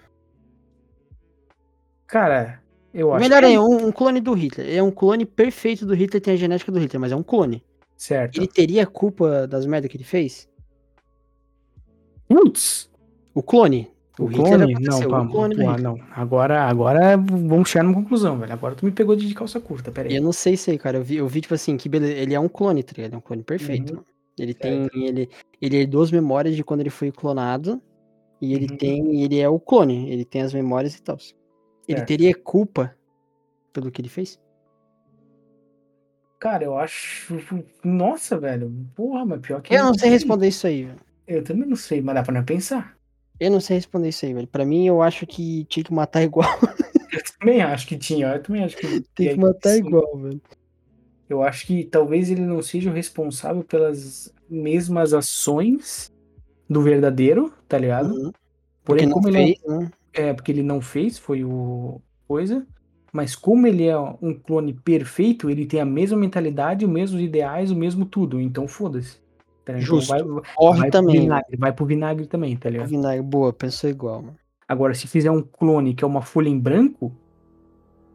[SPEAKER 1] Cara, eu acho
[SPEAKER 2] Melhor
[SPEAKER 1] que...
[SPEAKER 2] é um, um clone do Hitler. Ele é um clone perfeito do Hitler, tem a genética do Hitler, mas é um clone.
[SPEAKER 1] Certo.
[SPEAKER 2] Ele teria culpa das merdas que ele fez?
[SPEAKER 1] Putz!
[SPEAKER 2] O clone.
[SPEAKER 1] O
[SPEAKER 2] Hitler
[SPEAKER 1] clone?
[SPEAKER 2] aconteceu,
[SPEAKER 1] Não,
[SPEAKER 2] o
[SPEAKER 1] vamos.
[SPEAKER 2] clone do
[SPEAKER 1] porra,
[SPEAKER 2] Hitler.
[SPEAKER 1] não. Agora, agora vamos chegar numa conclusão, velho. Agora tu me pegou de de calça curta,
[SPEAKER 2] E
[SPEAKER 1] peraí.
[SPEAKER 2] Eu não sei isso aí, cara. Eu vi, eu vi tipo assim, que beleza. Ele é um clone, tá ligado? Ele é um clone perfeito.
[SPEAKER 1] Uhum.
[SPEAKER 2] mano. Ele tem. Ele, ele herdou as memórias de quando ele foi clonado. E ele
[SPEAKER 1] Uhum.
[SPEAKER 2] tem. Ele é o clone. Ele tem as memórias e tal. Ele
[SPEAKER 1] Certo.
[SPEAKER 2] teria culpa pelo que ele fez?
[SPEAKER 1] Cara, eu acho. Nossa, velho. Porra, mas pior que.
[SPEAKER 2] Eu não sei responder isso aí, velho.
[SPEAKER 1] Eu também não sei, mas dá pra não pensar.
[SPEAKER 2] Eu não sei responder isso aí, velho. Pra mim, eu acho que tinha que matar igual.
[SPEAKER 1] Eu também acho que tinha. Eu também acho que.
[SPEAKER 2] Tem que matar
[SPEAKER 1] assim?
[SPEAKER 2] igual, velho.
[SPEAKER 1] Eu acho que talvez ele não seja o responsável pelas mesmas ações do verdadeiro, tá ligado?
[SPEAKER 2] Uhum.
[SPEAKER 1] Porém,
[SPEAKER 2] Porque não
[SPEAKER 1] como ele é um
[SPEAKER 2] fez, né?
[SPEAKER 1] É, porque ele não fez, foi o coisa. Mas como ele é um clone perfeito, ele tem a mesma mentalidade, os mesmos ideais, o mesmo tudo. Então foda-se. Tá ligado? Então
[SPEAKER 2] Justo.
[SPEAKER 1] vai,
[SPEAKER 2] Corre
[SPEAKER 1] vai pro
[SPEAKER 2] também.
[SPEAKER 1] vinagre, vai pro vinagre também, tá ligado?
[SPEAKER 2] Vinagre, boa, pensou igual, mano.
[SPEAKER 1] Agora, se fizer um clone que é uma folha em branco,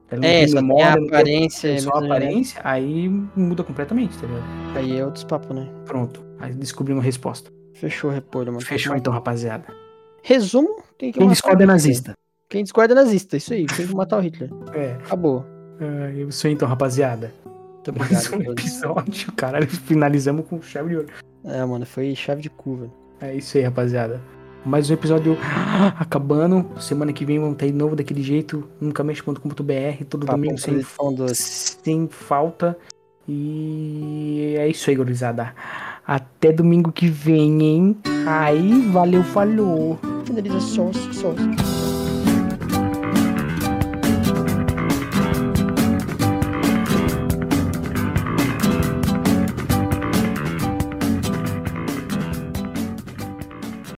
[SPEAKER 1] tá ligado? Não
[SPEAKER 2] É,
[SPEAKER 1] tem
[SPEAKER 2] só tem a
[SPEAKER 1] memória, não tem-
[SPEAKER 2] aparência.
[SPEAKER 1] só a
[SPEAKER 2] mesmo, né?
[SPEAKER 1] aparência, aí muda completamente, tá ligado?
[SPEAKER 2] Aí é outros papos, né?
[SPEAKER 1] Pronto. Aí descobrimos a resposta.
[SPEAKER 2] Fechou o repolho, mano.
[SPEAKER 1] Fechou então, rapaziada.
[SPEAKER 2] Resumo, tem que
[SPEAKER 1] Quem
[SPEAKER 2] matar
[SPEAKER 1] discorda é
[SPEAKER 2] o Hitler.
[SPEAKER 1] nazista.
[SPEAKER 2] Quem discorda é nazista, isso aí. Tem que matar o Hitler.
[SPEAKER 1] É.
[SPEAKER 2] Acabou.
[SPEAKER 1] Ah, Isso aí então, rapaziada.
[SPEAKER 2] Muito obrigado.
[SPEAKER 1] Mais um
[SPEAKER 2] a todos.
[SPEAKER 1] episódio, caralho. Finalizamos com chave de ouro.
[SPEAKER 2] É, mano, foi chave de cu, velho.
[SPEAKER 1] É isso aí, rapaziada. Mais um episódio acabando. Semana que vem vamos estar de novo daquele jeito. Nunca mexe.com.br, todo
[SPEAKER 2] Papo
[SPEAKER 1] domingo sem,
[SPEAKER 2] tradição doce.
[SPEAKER 1] sem falta. E é isso aí, gurizada. Até domingo que vem, hein? Aí, valeu, falou.
[SPEAKER 2] Finaliza assim. só, só.